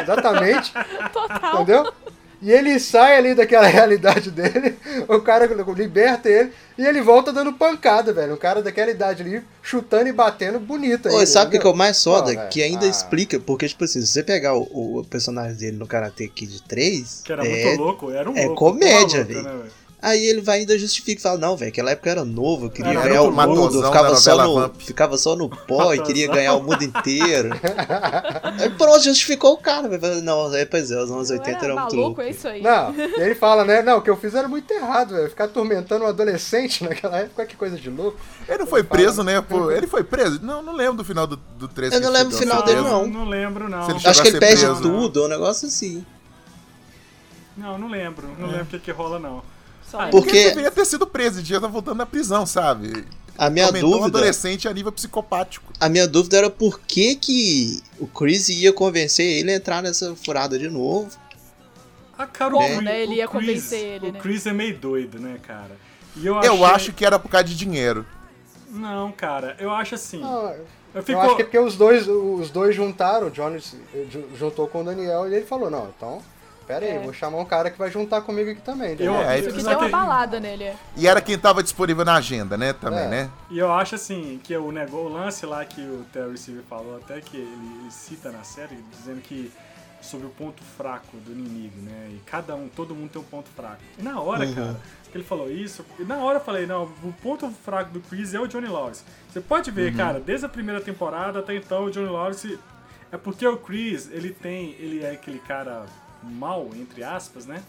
Speaker 3: exatamente,
Speaker 5: Total.
Speaker 3: entendeu? E ele sai ali daquela [laughs] realidade dele, o cara liberta ele e ele volta dando pancada, velho. Um cara daquela idade ali, chutando e batendo bonito.
Speaker 2: Ô,
Speaker 3: ainda,
Speaker 2: e sabe o que, que é
Speaker 3: entendeu?
Speaker 2: o mais foda?
Speaker 3: Pô, velho,
Speaker 2: que ainda
Speaker 3: ah.
Speaker 2: explica, porque, tipo assim, se você pegar o, o personagem dele no Karate Kid 3,
Speaker 1: Que era
Speaker 2: é,
Speaker 1: muito louco, era um
Speaker 2: é
Speaker 1: louco.
Speaker 2: comédia,
Speaker 1: porra louca, né, velho?
Speaker 2: Aí ele vai ainda justifica e fala, não, velho, aquela época eu era novo, eu queria
Speaker 1: Era
Speaker 2: ganhar o
Speaker 1: muito louco.
Speaker 2: mundo, eu
Speaker 4: Matosão
Speaker 2: ficava
Speaker 4: da
Speaker 2: só,
Speaker 4: novela
Speaker 2: no,
Speaker 4: Vamp.
Speaker 2: ficava só no pó e queria
Speaker 1: Matosão.
Speaker 2: ganhar o mundo
Speaker 4: [laughs]
Speaker 2: inteiro. Aí pronto, justificou o cara, velho. Falei, Não, é, pois é, os anos
Speaker 5: Eu
Speaker 2: 80
Speaker 5: era
Speaker 2: eram muito
Speaker 5: maluco,
Speaker 2: louco.
Speaker 5: é isso aí.
Speaker 3: Não, e ele fala, né? Não, o que eu fiz era muito errado, velho. Ficar atormentando um adolescente [laughs] naquela época, que coisa de louco.
Speaker 4: Ele não foi preso, né? pô? ele foi preso? Não, não lembro do final do, do 13.
Speaker 2: Eu não lembro o final dele, não.
Speaker 1: Não lembro, não.
Speaker 4: Se ele
Speaker 2: Acho
Speaker 4: chegou
Speaker 2: que
Speaker 4: a
Speaker 2: ele
Speaker 4: ser
Speaker 2: perde
Speaker 4: preso, né?
Speaker 2: tudo, é um negócio assim.
Speaker 1: Não, não lembro. Não lembro o que, que rola, não.
Speaker 5: Só
Speaker 1: Ah,
Speaker 5: lembro.
Speaker 4: Porque ele
Speaker 2: Porque
Speaker 4: deveria ter sido preso, ele já tá voltando da prisão, sabe?
Speaker 2: a minha
Speaker 4: Aumentou um
Speaker 2: dúvida.
Speaker 4: adolescente a nível psicopático.
Speaker 2: A minha dúvida era por que, que o Chris ia convencer ele a entrar nessa furada de novo.
Speaker 1: Ah, cara,
Speaker 5: Como,
Speaker 1: o, Chris-
Speaker 5: né? Ele ia
Speaker 1: o Chris-
Speaker 5: convencer ele,
Speaker 1: O
Speaker 5: né?
Speaker 1: Chris é meio doido, né, cara? E eu,
Speaker 4: Eu
Speaker 1: achei-
Speaker 4: acho que era por causa de dinheiro.
Speaker 1: Não, cara, eu acho assim.
Speaker 3: Não, Ah, eu
Speaker 1: eu fico.
Speaker 3: acho que é porque os dois, os dois juntaram, o Johnny se- ju- juntou com o Daniel e ele falou, não, então, pera aí,
Speaker 5: É.
Speaker 3: vou chamar um cara que vai juntar comigo aqui também. entendeu?
Speaker 4: É, aí
Speaker 5: Isso aqui
Speaker 1: Mas
Speaker 5: deu uma
Speaker 1: tem-
Speaker 5: balada nele. é.
Speaker 4: E era quem tava disponível na agenda, né? Também,
Speaker 3: É.
Speaker 4: né?
Speaker 1: E eu acho assim, que o, nego, o lance lá que o Terry Silver falou, até que ele, ele cita na série, dizendo que sobre o ponto fraco do inimigo, né? E cada um, todo mundo tem um ponto fraco. E na hora, cara, que ele falou isso, e na hora eu falei, não, o ponto fraco do Chris é o Johnny Lawrence. Você pode ver, cara, desde a primeira temporada até então, o Johnny Lawrence é porque o Chris, ele tem, ele é aquele cara mal, entre aspas, né?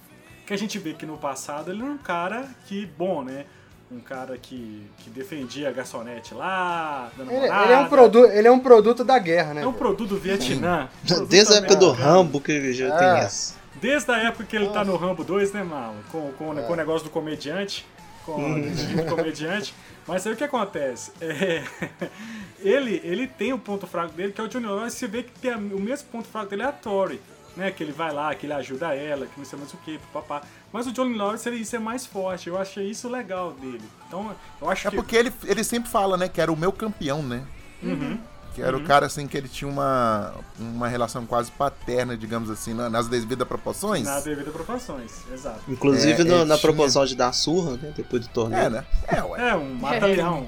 Speaker 1: Que a gente vê que no passado ele era um cara que, bom, né? Um cara que, que defendia a garçonete lá, da
Speaker 3: Ele,
Speaker 1: namorada.
Speaker 3: ele é um produ- ele é um produto da guerra, né?
Speaker 1: É um
Speaker 3: cara?
Speaker 1: produto do Vietnã. Produto
Speaker 2: Desde a época do
Speaker 1: americano.
Speaker 2: Rambo que já
Speaker 3: É.
Speaker 2: tem essa.
Speaker 1: Desde a época que ele
Speaker 4: Ah.
Speaker 1: tá no Rambo 2, né, Marlon? Com, com,
Speaker 4: É.
Speaker 1: com o negócio do comediante. Com
Speaker 4: Hum.
Speaker 1: [laughs] o detetive comediante. Mas aí o que acontece? É, [laughs] ele, ele tem o ponto fraco dele, que é o Johnny Lawrence. Você vê que tem a- o mesmo ponto fraco dele é a Tori. Né, que ele vai lá, que ele ajuda ela, que não sei mais o que, papá. Mas o Johnny Lawrence, ele, isso é mais forte. Eu achei isso legal dele. Então, eu acho
Speaker 4: É
Speaker 1: que...
Speaker 4: porque ele, ele sempre fala, né, que era o meu campeão, né?
Speaker 1: Uhum.
Speaker 4: Que era o cara, assim, que ele tinha uma, uma relação quase paterna, digamos assim, na- nas devidas proporções.
Speaker 1: Na devida proporções, exato.
Speaker 2: Inclusive no-
Speaker 4: É, ele
Speaker 2: na
Speaker 4: tinha-
Speaker 2: proporção de dar surra, né? Depois do torneio.
Speaker 4: É, né? É, ué.
Speaker 1: É
Speaker 4: [laughs]
Speaker 1: um mata-leão,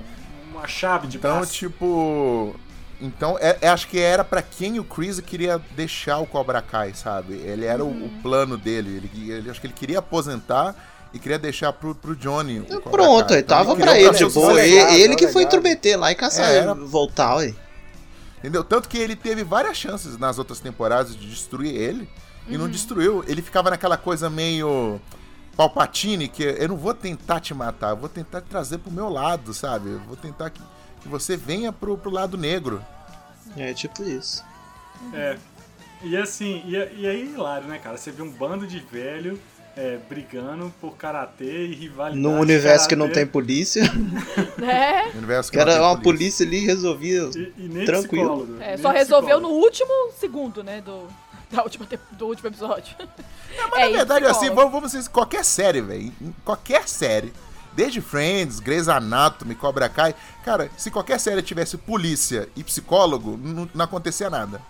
Speaker 1: uma chave de
Speaker 4: Então,
Speaker 1: braço.
Speaker 4: tipo. Então, é- é- acho que era pra quem o Chris queria deixar o Cobra Kai, sabe? Ele era o- o,
Speaker 2: Uhum.
Speaker 4: plano dele. Ele, ele- acho que ele queria aposentar e queria deixar pro, pro Johnny. o Cobra
Speaker 2: Pronto,
Speaker 4: Kai.
Speaker 2: aí
Speaker 4: Então,
Speaker 2: tava
Speaker 4: queria
Speaker 2: pra ele,
Speaker 4: fazer
Speaker 2: de
Speaker 4: o
Speaker 2: boa.
Speaker 4: sucesso,
Speaker 2: Ele,
Speaker 3: legado,
Speaker 2: ele que
Speaker 3: é
Speaker 2: foi
Speaker 3: legado.
Speaker 2: intrometer lá e caçar,
Speaker 4: É, era-
Speaker 2: voltar, ué.
Speaker 4: Entendeu? Tanto que ele teve várias chances nas outras temporadas de destruir ele e
Speaker 2: Uhum.
Speaker 4: não destruiu. Ele ficava naquela coisa meio. Palpatine, que eu não vou tentar te matar, eu vou tentar te trazer pro meu lado, sabe? Eu vou tentar que, que você venha pro- pro lado negro.
Speaker 2: É tipo isso.
Speaker 1: É. E assim, e, e é hilário, né, cara? Você vê um bando de velho é, brigando por karatê e rivalidade.
Speaker 2: Num
Speaker 1: de
Speaker 2: universo que não
Speaker 1: karatê.
Speaker 2: tem polícia, [laughs]
Speaker 5: É,
Speaker 4: Universo
Speaker 2: que era
Speaker 4: não tem
Speaker 2: uma polícia ali e resolvia.
Speaker 1: E, e nem
Speaker 2: Tranquilo.
Speaker 1: psicólogo.
Speaker 5: é,
Speaker 1: nem
Speaker 5: só resolveu no
Speaker 1: psicólogo.
Speaker 5: último segundo, né? Do, da última, te- do último episódio. É,
Speaker 4: Mas na
Speaker 5: isso,
Speaker 4: verdade, assim,
Speaker 5: psicólogo.
Speaker 4: vamos, vamos ser qualquer série, velho. Em Qualquer série. Desde Friends, Grey's Anatomy, Cobra Kai. Cara, se qualquer série tivesse polícia e psicólogo, não, não acontecia nada.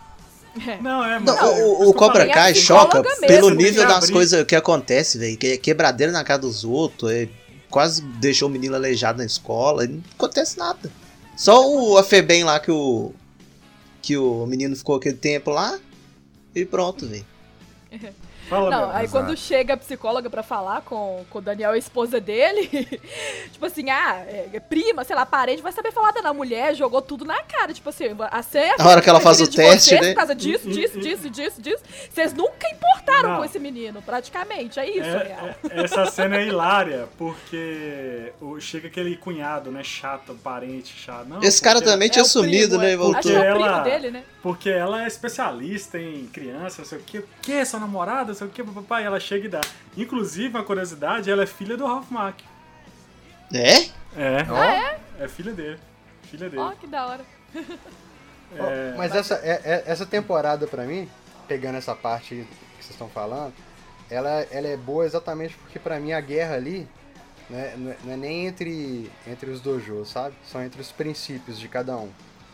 Speaker 5: É.
Speaker 1: Não, é,
Speaker 2: Não,
Speaker 1: mas- é,
Speaker 2: o,
Speaker 1: isso
Speaker 2: o
Speaker 1: que eu
Speaker 2: Cobra
Speaker 1: falei.
Speaker 5: é
Speaker 2: Kai
Speaker 5: psicóloga
Speaker 2: choca
Speaker 5: mesmo,
Speaker 2: pelo
Speaker 1: tem que
Speaker 2: nível das
Speaker 1: é abrir.
Speaker 2: coisas que acontece, velho. Que é quebradeira na cara dos outros, é, quase deixou o menino aleijado na escola, e não acontece nada. Só o a Febem lá que o que o menino ficou aquele tempo lá e pronto, velho.
Speaker 1: Fala,
Speaker 5: Não,
Speaker 1: meu.
Speaker 5: aí
Speaker 4: exato.
Speaker 5: quando chega a psicóloga pra falar com, com o Daniel, a esposa dele, [laughs] tipo assim, ah, é, é prima, sei lá, parente, vai saber falar da mulher, jogou tudo na cara, tipo assim, a série
Speaker 2: Na hora que ela faz o
Speaker 5: preferida de
Speaker 2: teste,
Speaker 5: vocês
Speaker 2: né?
Speaker 5: Por causa disso, disso, disso, disso, disso. Vocês nunca importaram
Speaker 1: Não.
Speaker 5: com esse menino, praticamente, é isso, real.
Speaker 1: É- é- essa cena é hilária, porque o- chega aquele cunhado, né? Chato, parente, chato. Não,
Speaker 2: Esse cara
Speaker 1: porque-
Speaker 2: também
Speaker 5: É
Speaker 2: tinha
Speaker 5: o
Speaker 2: sumido,
Speaker 5: primo,
Speaker 2: né?
Speaker 5: é-
Speaker 2: E
Speaker 5: Acho
Speaker 2: voltou.
Speaker 5: que é o
Speaker 1: Porque
Speaker 5: primo
Speaker 1: ela-
Speaker 5: dele, né?
Speaker 1: Porque ela é especialista em criança, não sei o quê. Que é sua namorada, não sei o quê, papai. Ela chega e dá. Inclusive, uma curiosidade, ela é filha do Ralph Mack.
Speaker 2: É?
Speaker 1: É.
Speaker 4: Ó,
Speaker 1: É filha dele. Filha dele.
Speaker 5: Ó, que da hora.
Speaker 3: Ó, Mas essa, é- é- essa temporada, pra mim, pegando essa parte aí que vocês estão falando, ela, ela é boa exatamente porque, pra mim, a guerra ali né, não é- não é nem entre, entre os dojos, sabe? São entre os princípios de cada um.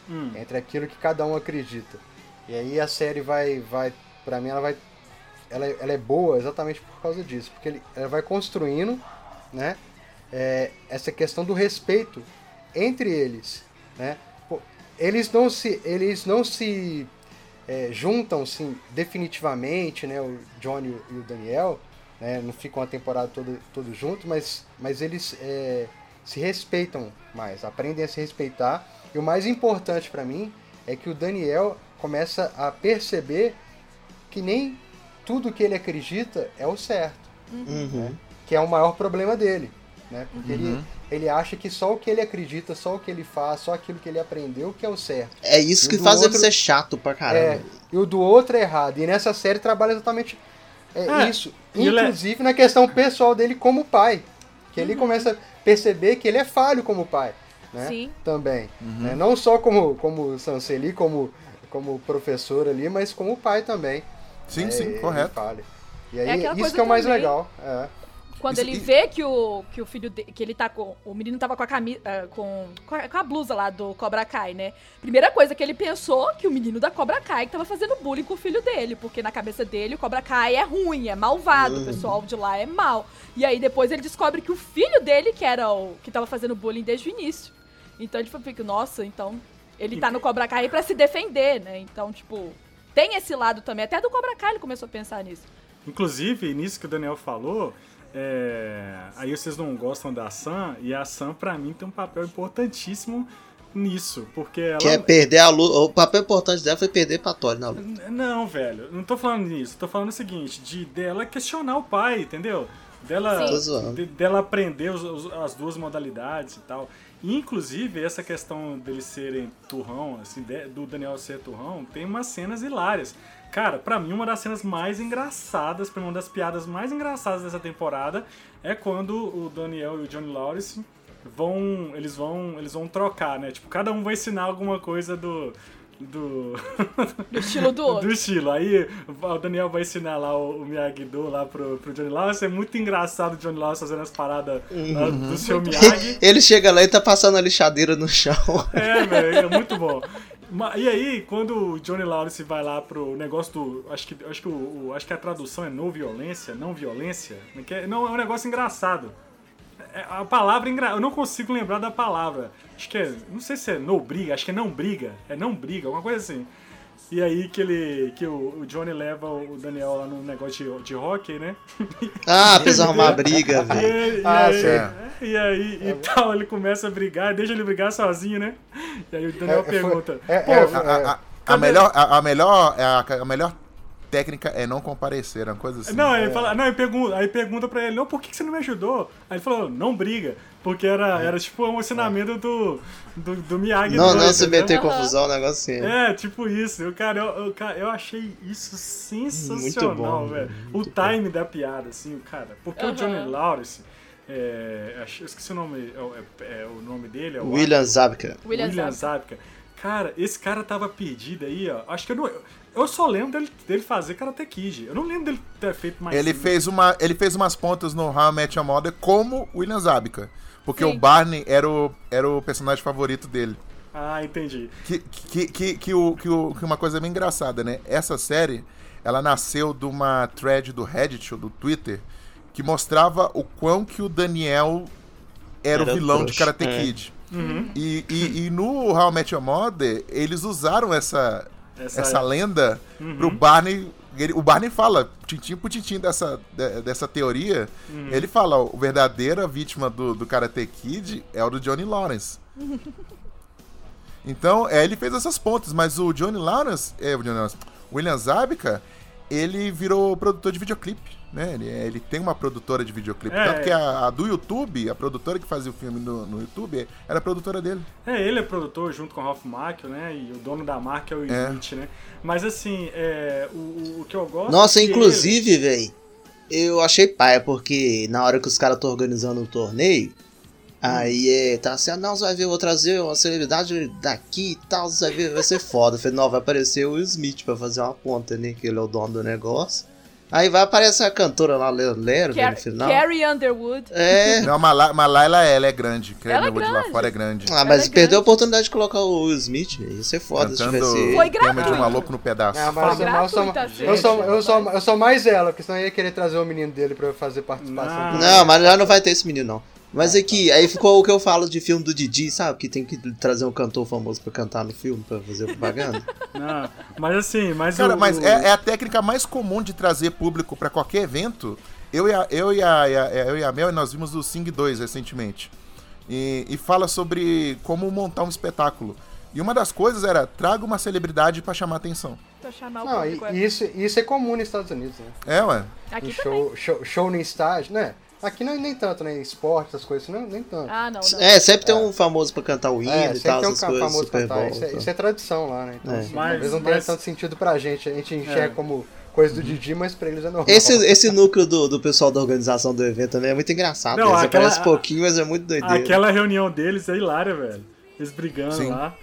Speaker 1: Hum.
Speaker 3: entre aquilo que cada um acredita. E aí a série vai, vai, para mim ela vai, ela, ela é boa exatamente por causa disso, porque ele, ela vai construindo, né, é, essa questão do respeito entre eles, né. Pô, Eles não se, eles não se é, juntam assim definitivamente, né, o Johnny e o Daniel, né, não ficam a temporada toda todos juntos, mas, mas eles é, se respeitam mais, aprendem a se respeitar. E o mais importante pra mim é que o Daniel começa a perceber que nem tudo que ele acredita é o certo,
Speaker 2: Uhum.
Speaker 3: que é o maior problema dele, né? Porque ele, ele acha que só o que ele acredita, só o que ele faz, só aquilo que ele aprendeu que é o certo.
Speaker 2: É isso
Speaker 3: E
Speaker 2: que
Speaker 3: do
Speaker 2: faz ele
Speaker 3: outro-
Speaker 2: ser chato pra
Speaker 3: É,
Speaker 2: caramba.
Speaker 3: e o do outro é errado. E nessa série trabalha exatamente é,
Speaker 1: Ah,
Speaker 3: isso.
Speaker 1: e ele é- Uhum.
Speaker 3: Inclusive na questão pessoal dele como pai. Que ele começa a perceber que ele é falho como pai.
Speaker 2: É.
Speaker 3: Né?
Speaker 5: Sim.
Speaker 3: Também. né? Não só como, como Sanseli, como, como professor ali, mas como pai também.
Speaker 4: Sim,
Speaker 3: né?
Speaker 4: sim,
Speaker 3: Ele
Speaker 4: correto.
Speaker 3: falha. E
Speaker 5: É
Speaker 3: aí,
Speaker 5: aquela
Speaker 3: isso
Speaker 5: coisa
Speaker 3: que é o mais
Speaker 5: também.
Speaker 3: legal. É.
Speaker 5: Quando
Speaker 4: Isso-
Speaker 5: ele
Speaker 4: e-
Speaker 5: vê que o, que o filho de, que ele tá com. O menino tava com a camisa. Com, com a- com a blusa lá do Cobra Kai, né? Primeira coisa que ele pensou que o menino da Cobra Kai que tava fazendo bullying com o filho dele. Porque na cabeça dele o Cobra Kai é ruim, é
Speaker 4: Uhum.
Speaker 5: malvado. O pessoal de lá é mal. E aí depois ele descobre que o filho dele, que era o. que tava fazendo bullying desde o início. Então ele fica, nossa, então. Ele tá no Cobra Kai pra se defender, né? Então, tipo. Tem esse lado também. Até do Cobra Kai ele começou a pensar nisso.
Speaker 1: Inclusive, nisso que o Daniel falou, é, aí vocês não gostam da Sam, e a Sam, pra mim, tem um papel importantíssimo nisso, porque ela...
Speaker 2: Que é perder a luta. O papel importante dela foi perder pra Tori na luta.
Speaker 1: N- Não, velho, não tô falando nisso, tô falando o seguinte, de dela questionar o pai, entendeu? Dela,
Speaker 5: Sim.
Speaker 2: Tô zoando.
Speaker 1: de- dela aprender os- os- as duas modalidades e tal. E, inclusive, essa questão deles serem turrão, assim, de- do Daniel ser turrão, tem umas cenas hilárias. Cara, pra mim, uma das cenas mais engraçadas, pra mim, uma das piadas mais engraçadas dessa temporada é quando o Daniel e o Johnny Lawrence vão. Eles vão. Eles vão trocar, né? Tipo, cada um vai ensinar alguma coisa do. Do. [laughs]
Speaker 5: Do estilo do outro.
Speaker 1: Do estilo. Aí o Daniel vai ensinar lá o, o Miyagi-Do lá pro, pro Johnny Lawrence. É muito engraçado o Johnny Lawrence fazendo as paradas lá do seu Miyagi.
Speaker 2: Ele chega lá e tá passando a lixadeira no chão.
Speaker 1: É, velho, é muito bom. Ma- E aí, quando o Johnny Lawrence vai lá pro negócio do. Acho que, acho que, o, o- acho que a tradução é não violência, não violência. né, que é- Não, é um negócio engraçado. É, A palavra é engra... Eu não consigo lembrar da palavra. Acho que é. Não sei se é não briga, acho que é não briga. É não briga, alguma coisa assim. E aí que ele. que o, o Johnny leva o Daniel lá no negócio de, de hockey, né? [laughs]
Speaker 2: Ah, precisa arrumar briga,
Speaker 1: E,
Speaker 2: velho.
Speaker 1: ele- e
Speaker 3: Ah,
Speaker 1: aí, é,
Speaker 4: sim.
Speaker 1: e aí e tal, ele começa a brigar, deixa ele brigar sozinho, né? E aí o Daniel
Speaker 3: É, foi-
Speaker 1: pergunta.
Speaker 3: é,
Speaker 1: Pô,
Speaker 3: é,
Speaker 4: A, a- a- a melhor, a, a melhor, é, a, a melhor técnica é não comparecer, é uma coisa assim.
Speaker 1: Não, ele fala, não, ele pergunta, aí pergunta pra ele, não, por que que você não me ajudou? Aí ele falou, não briga, porque era, era tipo um ensinamento do, do, do Miyagi.
Speaker 2: É. Não, não
Speaker 1: dois,
Speaker 2: se
Speaker 1: entendeu?
Speaker 2: meter
Speaker 5: Aham.
Speaker 2: confusão, um negócio assim.
Speaker 1: É, tipo isso. Eu, cara, eu, eu, cara, eu achei isso sensacional,
Speaker 2: Muito bom,
Speaker 1: velho. O time da piada, assim, o cara. Porque o
Speaker 5: Aham.
Speaker 1: Johnny Lawrence, é, acho- eu esqueci o nome, é o- é, é o nome dele, é o
Speaker 2: William Zabka.
Speaker 5: William,
Speaker 1: William
Speaker 5: Zabka.
Speaker 1: Zabka. Cara, esse cara tava perdido aí, ó. Acho que eu não. Eu só lembro dele, dele fazer Karate Kid. Eu não lembro dele ter feito mais. um
Speaker 4: Ele fez, uma, ele fez umas pontas no How I Met Your Mother como William Zabka. Porque
Speaker 5: Sim.
Speaker 4: o Barney era o, era o personagem favorito dele.
Speaker 1: Ah, entendi.
Speaker 4: Que, que, que, que, o, que, o, que uma coisa bem engraçada, né? Essa série, ela nasceu de uma thread do Reddit, ou do Twitter, que mostrava o quão que o Daniel era,
Speaker 2: Era
Speaker 4: o vilão de
Speaker 2: trouxa,
Speaker 4: Karate
Speaker 2: é.
Speaker 4: Kid. E, e, e no How I Met Your Mother, eles usaram essa,
Speaker 1: Essa- é-
Speaker 4: essa, lenda pro Barney. ele- o Barney fala, tintim por tintim dessa, de- dessa teoria, ele fala, ó, a verdadeira vítima do, do Karate Kid é o do Johnny Lawrence. Então, é, ele fez essas pontas, mas o Johnny Lawrence, é, o Johnny Lawrence, o William Zabka, ele virou produtor de videoclipe, né? Ele, ele tem uma produtora de videoclipe.
Speaker 1: É,
Speaker 4: tanto que
Speaker 1: é.
Speaker 4: a, a do YouTube, a produtora que fazia o filme no, no YouTube, era a produtora dele.
Speaker 1: É, ele é produtor junto com o Ralph Macchio, né? E o dono da marca é o
Speaker 4: É.
Speaker 1: Inuit, né? Mas assim, é, o- o, o que eu gosto.
Speaker 2: Nossa,
Speaker 1: é que
Speaker 2: inclusive, velho, eu achei paia, porque na hora que os caras estão organizando o torneio,
Speaker 1: Hum.
Speaker 2: aí é, tá assim, ah, não, você vai ver, eu vou trazer uma celebridade daqui e tal, você vai ver, vai ser foda. Eu falei, não, vai aparecer o Will Smith pra fazer uma ponta, né, que ele é o dono do negócio. Aí vai aparecer a cantora lá, Lero Lero, velho, no
Speaker 5: Car-
Speaker 2: final.
Speaker 5: Carrie Underwood.
Speaker 2: É,
Speaker 4: Não, a Malai, Malaila, ela é grande.
Speaker 5: Ela é
Speaker 4: Creme de lá
Speaker 5: grande.
Speaker 4: fora é grande.
Speaker 2: ah, mas
Speaker 5: Ela é
Speaker 2: perdeu a
Speaker 5: grande.
Speaker 2: oportunidade de colocar o Will Smith, velho, ia ser foda se
Speaker 4: Cantando
Speaker 2: tivesse...
Speaker 5: Foi
Speaker 4: Creme de
Speaker 5: gratuito.
Speaker 4: maluco no pedaço.
Speaker 3: Ah, mas
Speaker 5: Foi
Speaker 3: eu, eu, sou,
Speaker 5: gratuita,
Speaker 3: eu, sou,
Speaker 5: gente,
Speaker 3: eu, sou,
Speaker 5: rapaz.
Speaker 3: eu sou mais ela, porque senão eu ia querer trazer o menino dele pra eu fazer participação.
Speaker 1: Não.
Speaker 2: Não, mas lá não vai ter esse menino, não. Mas é
Speaker 3: tá.
Speaker 2: que aí ficou o que eu falo de filme do Didi, sabe? Que tem que trazer um cantor famoso pra cantar no filme, pra fazer
Speaker 3: [laughs]
Speaker 2: propaganda.
Speaker 1: Não, mas assim, mas.
Speaker 4: Cara,
Speaker 1: o-
Speaker 4: mas é, é a técnica mais comum de trazer público pra qualquer evento. Eu e, a, eu, e a, e a- eu e a Mel, nós vimos o Sing 2 recentemente. E, e fala sobre como montar um espetáculo. E uma das coisas era, traga uma celebridade pra chamar atenção.
Speaker 5: Pra chamar o
Speaker 3: Não, e,
Speaker 5: público. é.
Speaker 3: e isso, isso é comum nos Estados Unidos, né?
Speaker 4: É, ué.
Speaker 5: Aqui
Speaker 3: Em
Speaker 5: também.
Speaker 3: show, show, show no estágio, né? Aqui não, nem tanto, né? Em Esporte, essas coisas, não, nem tanto.
Speaker 5: Ah, não. não.
Speaker 2: é, sempre tem um famoso pra cantar o hino
Speaker 3: É,
Speaker 2: e
Speaker 3: sempre
Speaker 2: tal,
Speaker 3: tem um
Speaker 2: essas coisas,
Speaker 3: famoso
Speaker 2: Super
Speaker 3: cantar.
Speaker 2: Bowl.
Speaker 3: Isso é,
Speaker 2: tá.
Speaker 3: isso é tradição lá, né? Então,
Speaker 2: É.
Speaker 3: assim,
Speaker 1: Mas-
Speaker 3: talvez não tenha
Speaker 1: mas-
Speaker 3: tanto sentido pra gente. A gente
Speaker 4: É.
Speaker 3: enxerga como coisa do Didi, mas pra eles é normal.
Speaker 2: Esse, esse núcleo do, do pessoal da organização do evento também é muito engraçado.
Speaker 1: Não,
Speaker 2: eles
Speaker 1: aquela-
Speaker 2: aparecem pouquinho, mas é muito doideiro.
Speaker 1: Aquela reunião deles é hilária, velho. Eles brigando
Speaker 4: Sim.
Speaker 1: lá.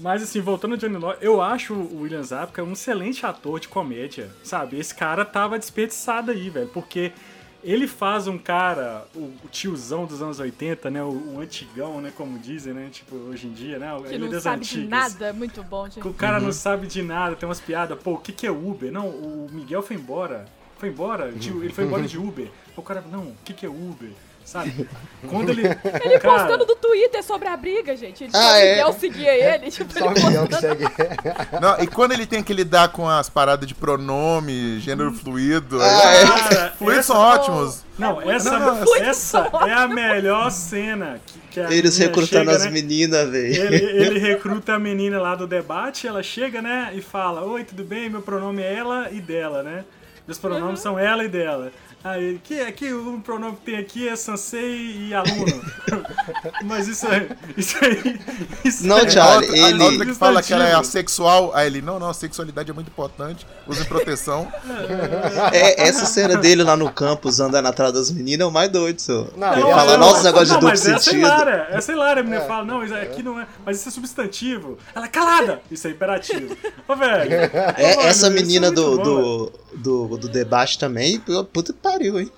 Speaker 1: Mas assim, voltando ao Johnny Law, eu acho o William Zabka um excelente ator de comédia, sabe? Esse cara tava desperdiçado aí, velho, porque Ele faz um cara, o, o tiozão dos anos 80, né? O, o antigão, né? Como dizem, né? Tipo, hoje em dia, né? o-
Speaker 5: Que
Speaker 1: ele é
Speaker 5: não
Speaker 1: das
Speaker 5: sabe de
Speaker 1: antigas.
Speaker 5: nada, muito bom, gente.
Speaker 1: Que [laughs] O cara não sabe de nada, tem umas piadas. Pô, o que, que é Uber? Não, o Miguel foi embora. Foi embora? de- ele foi embora de
Speaker 5: Uhum.
Speaker 1: Uber. O cara, não, o que, que é Uber?
Speaker 5: [laughs]
Speaker 1: Sabe? Quando ele.
Speaker 5: Ele
Speaker 1: cara,
Speaker 5: postando do Twitter sobre a briga, gente. Ele,
Speaker 2: Ah,
Speaker 5: só o
Speaker 2: é.
Speaker 5: Miguel seguia ele. Tipo,
Speaker 3: Só o
Speaker 5: ele
Speaker 3: Miguel que
Speaker 5: postando-
Speaker 3: segue. [laughs]
Speaker 4: Não, e quando ele tem que lidar com as paradas de pronome,
Speaker 5: Hum.
Speaker 4: gênero fluido.
Speaker 2: Ah, é.
Speaker 1: Cara,
Speaker 5: [laughs]
Speaker 4: Fluidos
Speaker 1: essa-
Speaker 4: são ótimos.
Speaker 1: Não, essa,
Speaker 4: Não, não,
Speaker 1: essa é a melhor cena. Que, que a
Speaker 2: Eles
Speaker 1: menina chega,
Speaker 2: recrutando as
Speaker 1: né?
Speaker 2: meninas, velho.
Speaker 1: Ele, ele recruta a menina lá do debate, ela chega, né, e fala: Oi, tudo bem? Meu pronome é ela e dela, né? Meus pronomes são ela e dela. Aí, que aqui o pronome que tem aqui é sensei e aluno. [laughs] Mas isso aí. Isso aí. Isso
Speaker 2: Não,
Speaker 1: aí- é
Speaker 4: A
Speaker 2: Charlie,
Speaker 4: outra- a
Speaker 2: ele-
Speaker 4: outra que fala que ela é
Speaker 1: Instantivo.
Speaker 4: assexual, aí ele, não, não, a sexualidade é muito importante, use proteção.
Speaker 2: É, essa cena dele lá no campus andando atrás das meninas é o mais doido, senhor.
Speaker 3: Não,
Speaker 2: ele
Speaker 3: não,
Speaker 2: fala,
Speaker 3: não,
Speaker 2: nossa, negócio de
Speaker 1: não,
Speaker 2: duplo
Speaker 1: mas Essa é
Speaker 2: sentido.
Speaker 1: hilária, essa é hilária. A menina fala, não, isso aqui não é. Mas isso é substantivo. Ela, calada! Isso é imperativo. Ô, velho.
Speaker 2: É,
Speaker 1: Ô, mano, isso
Speaker 2: essa
Speaker 1: é
Speaker 2: menina
Speaker 1: muito
Speaker 2: do,
Speaker 1: bom, velho.
Speaker 2: do, do, do debate também, puta que pariu, hein?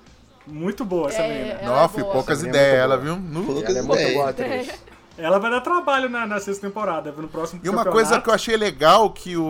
Speaker 1: Muito boa essa menina.
Speaker 5: Ela é
Speaker 4: Nossa,
Speaker 5: boa.
Speaker 4: poucas
Speaker 3: Essa
Speaker 4: ideias,
Speaker 3: menina é
Speaker 4: ela,
Speaker 3: muito
Speaker 4: viu? Nu.
Speaker 2: Poucas
Speaker 3: Ela é muito
Speaker 2: ideias.
Speaker 3: boa atriz.
Speaker 1: Ela vai dar trabalho na, na sexta temporada, no próximo
Speaker 4: E uma coisa que eu achei legal que o,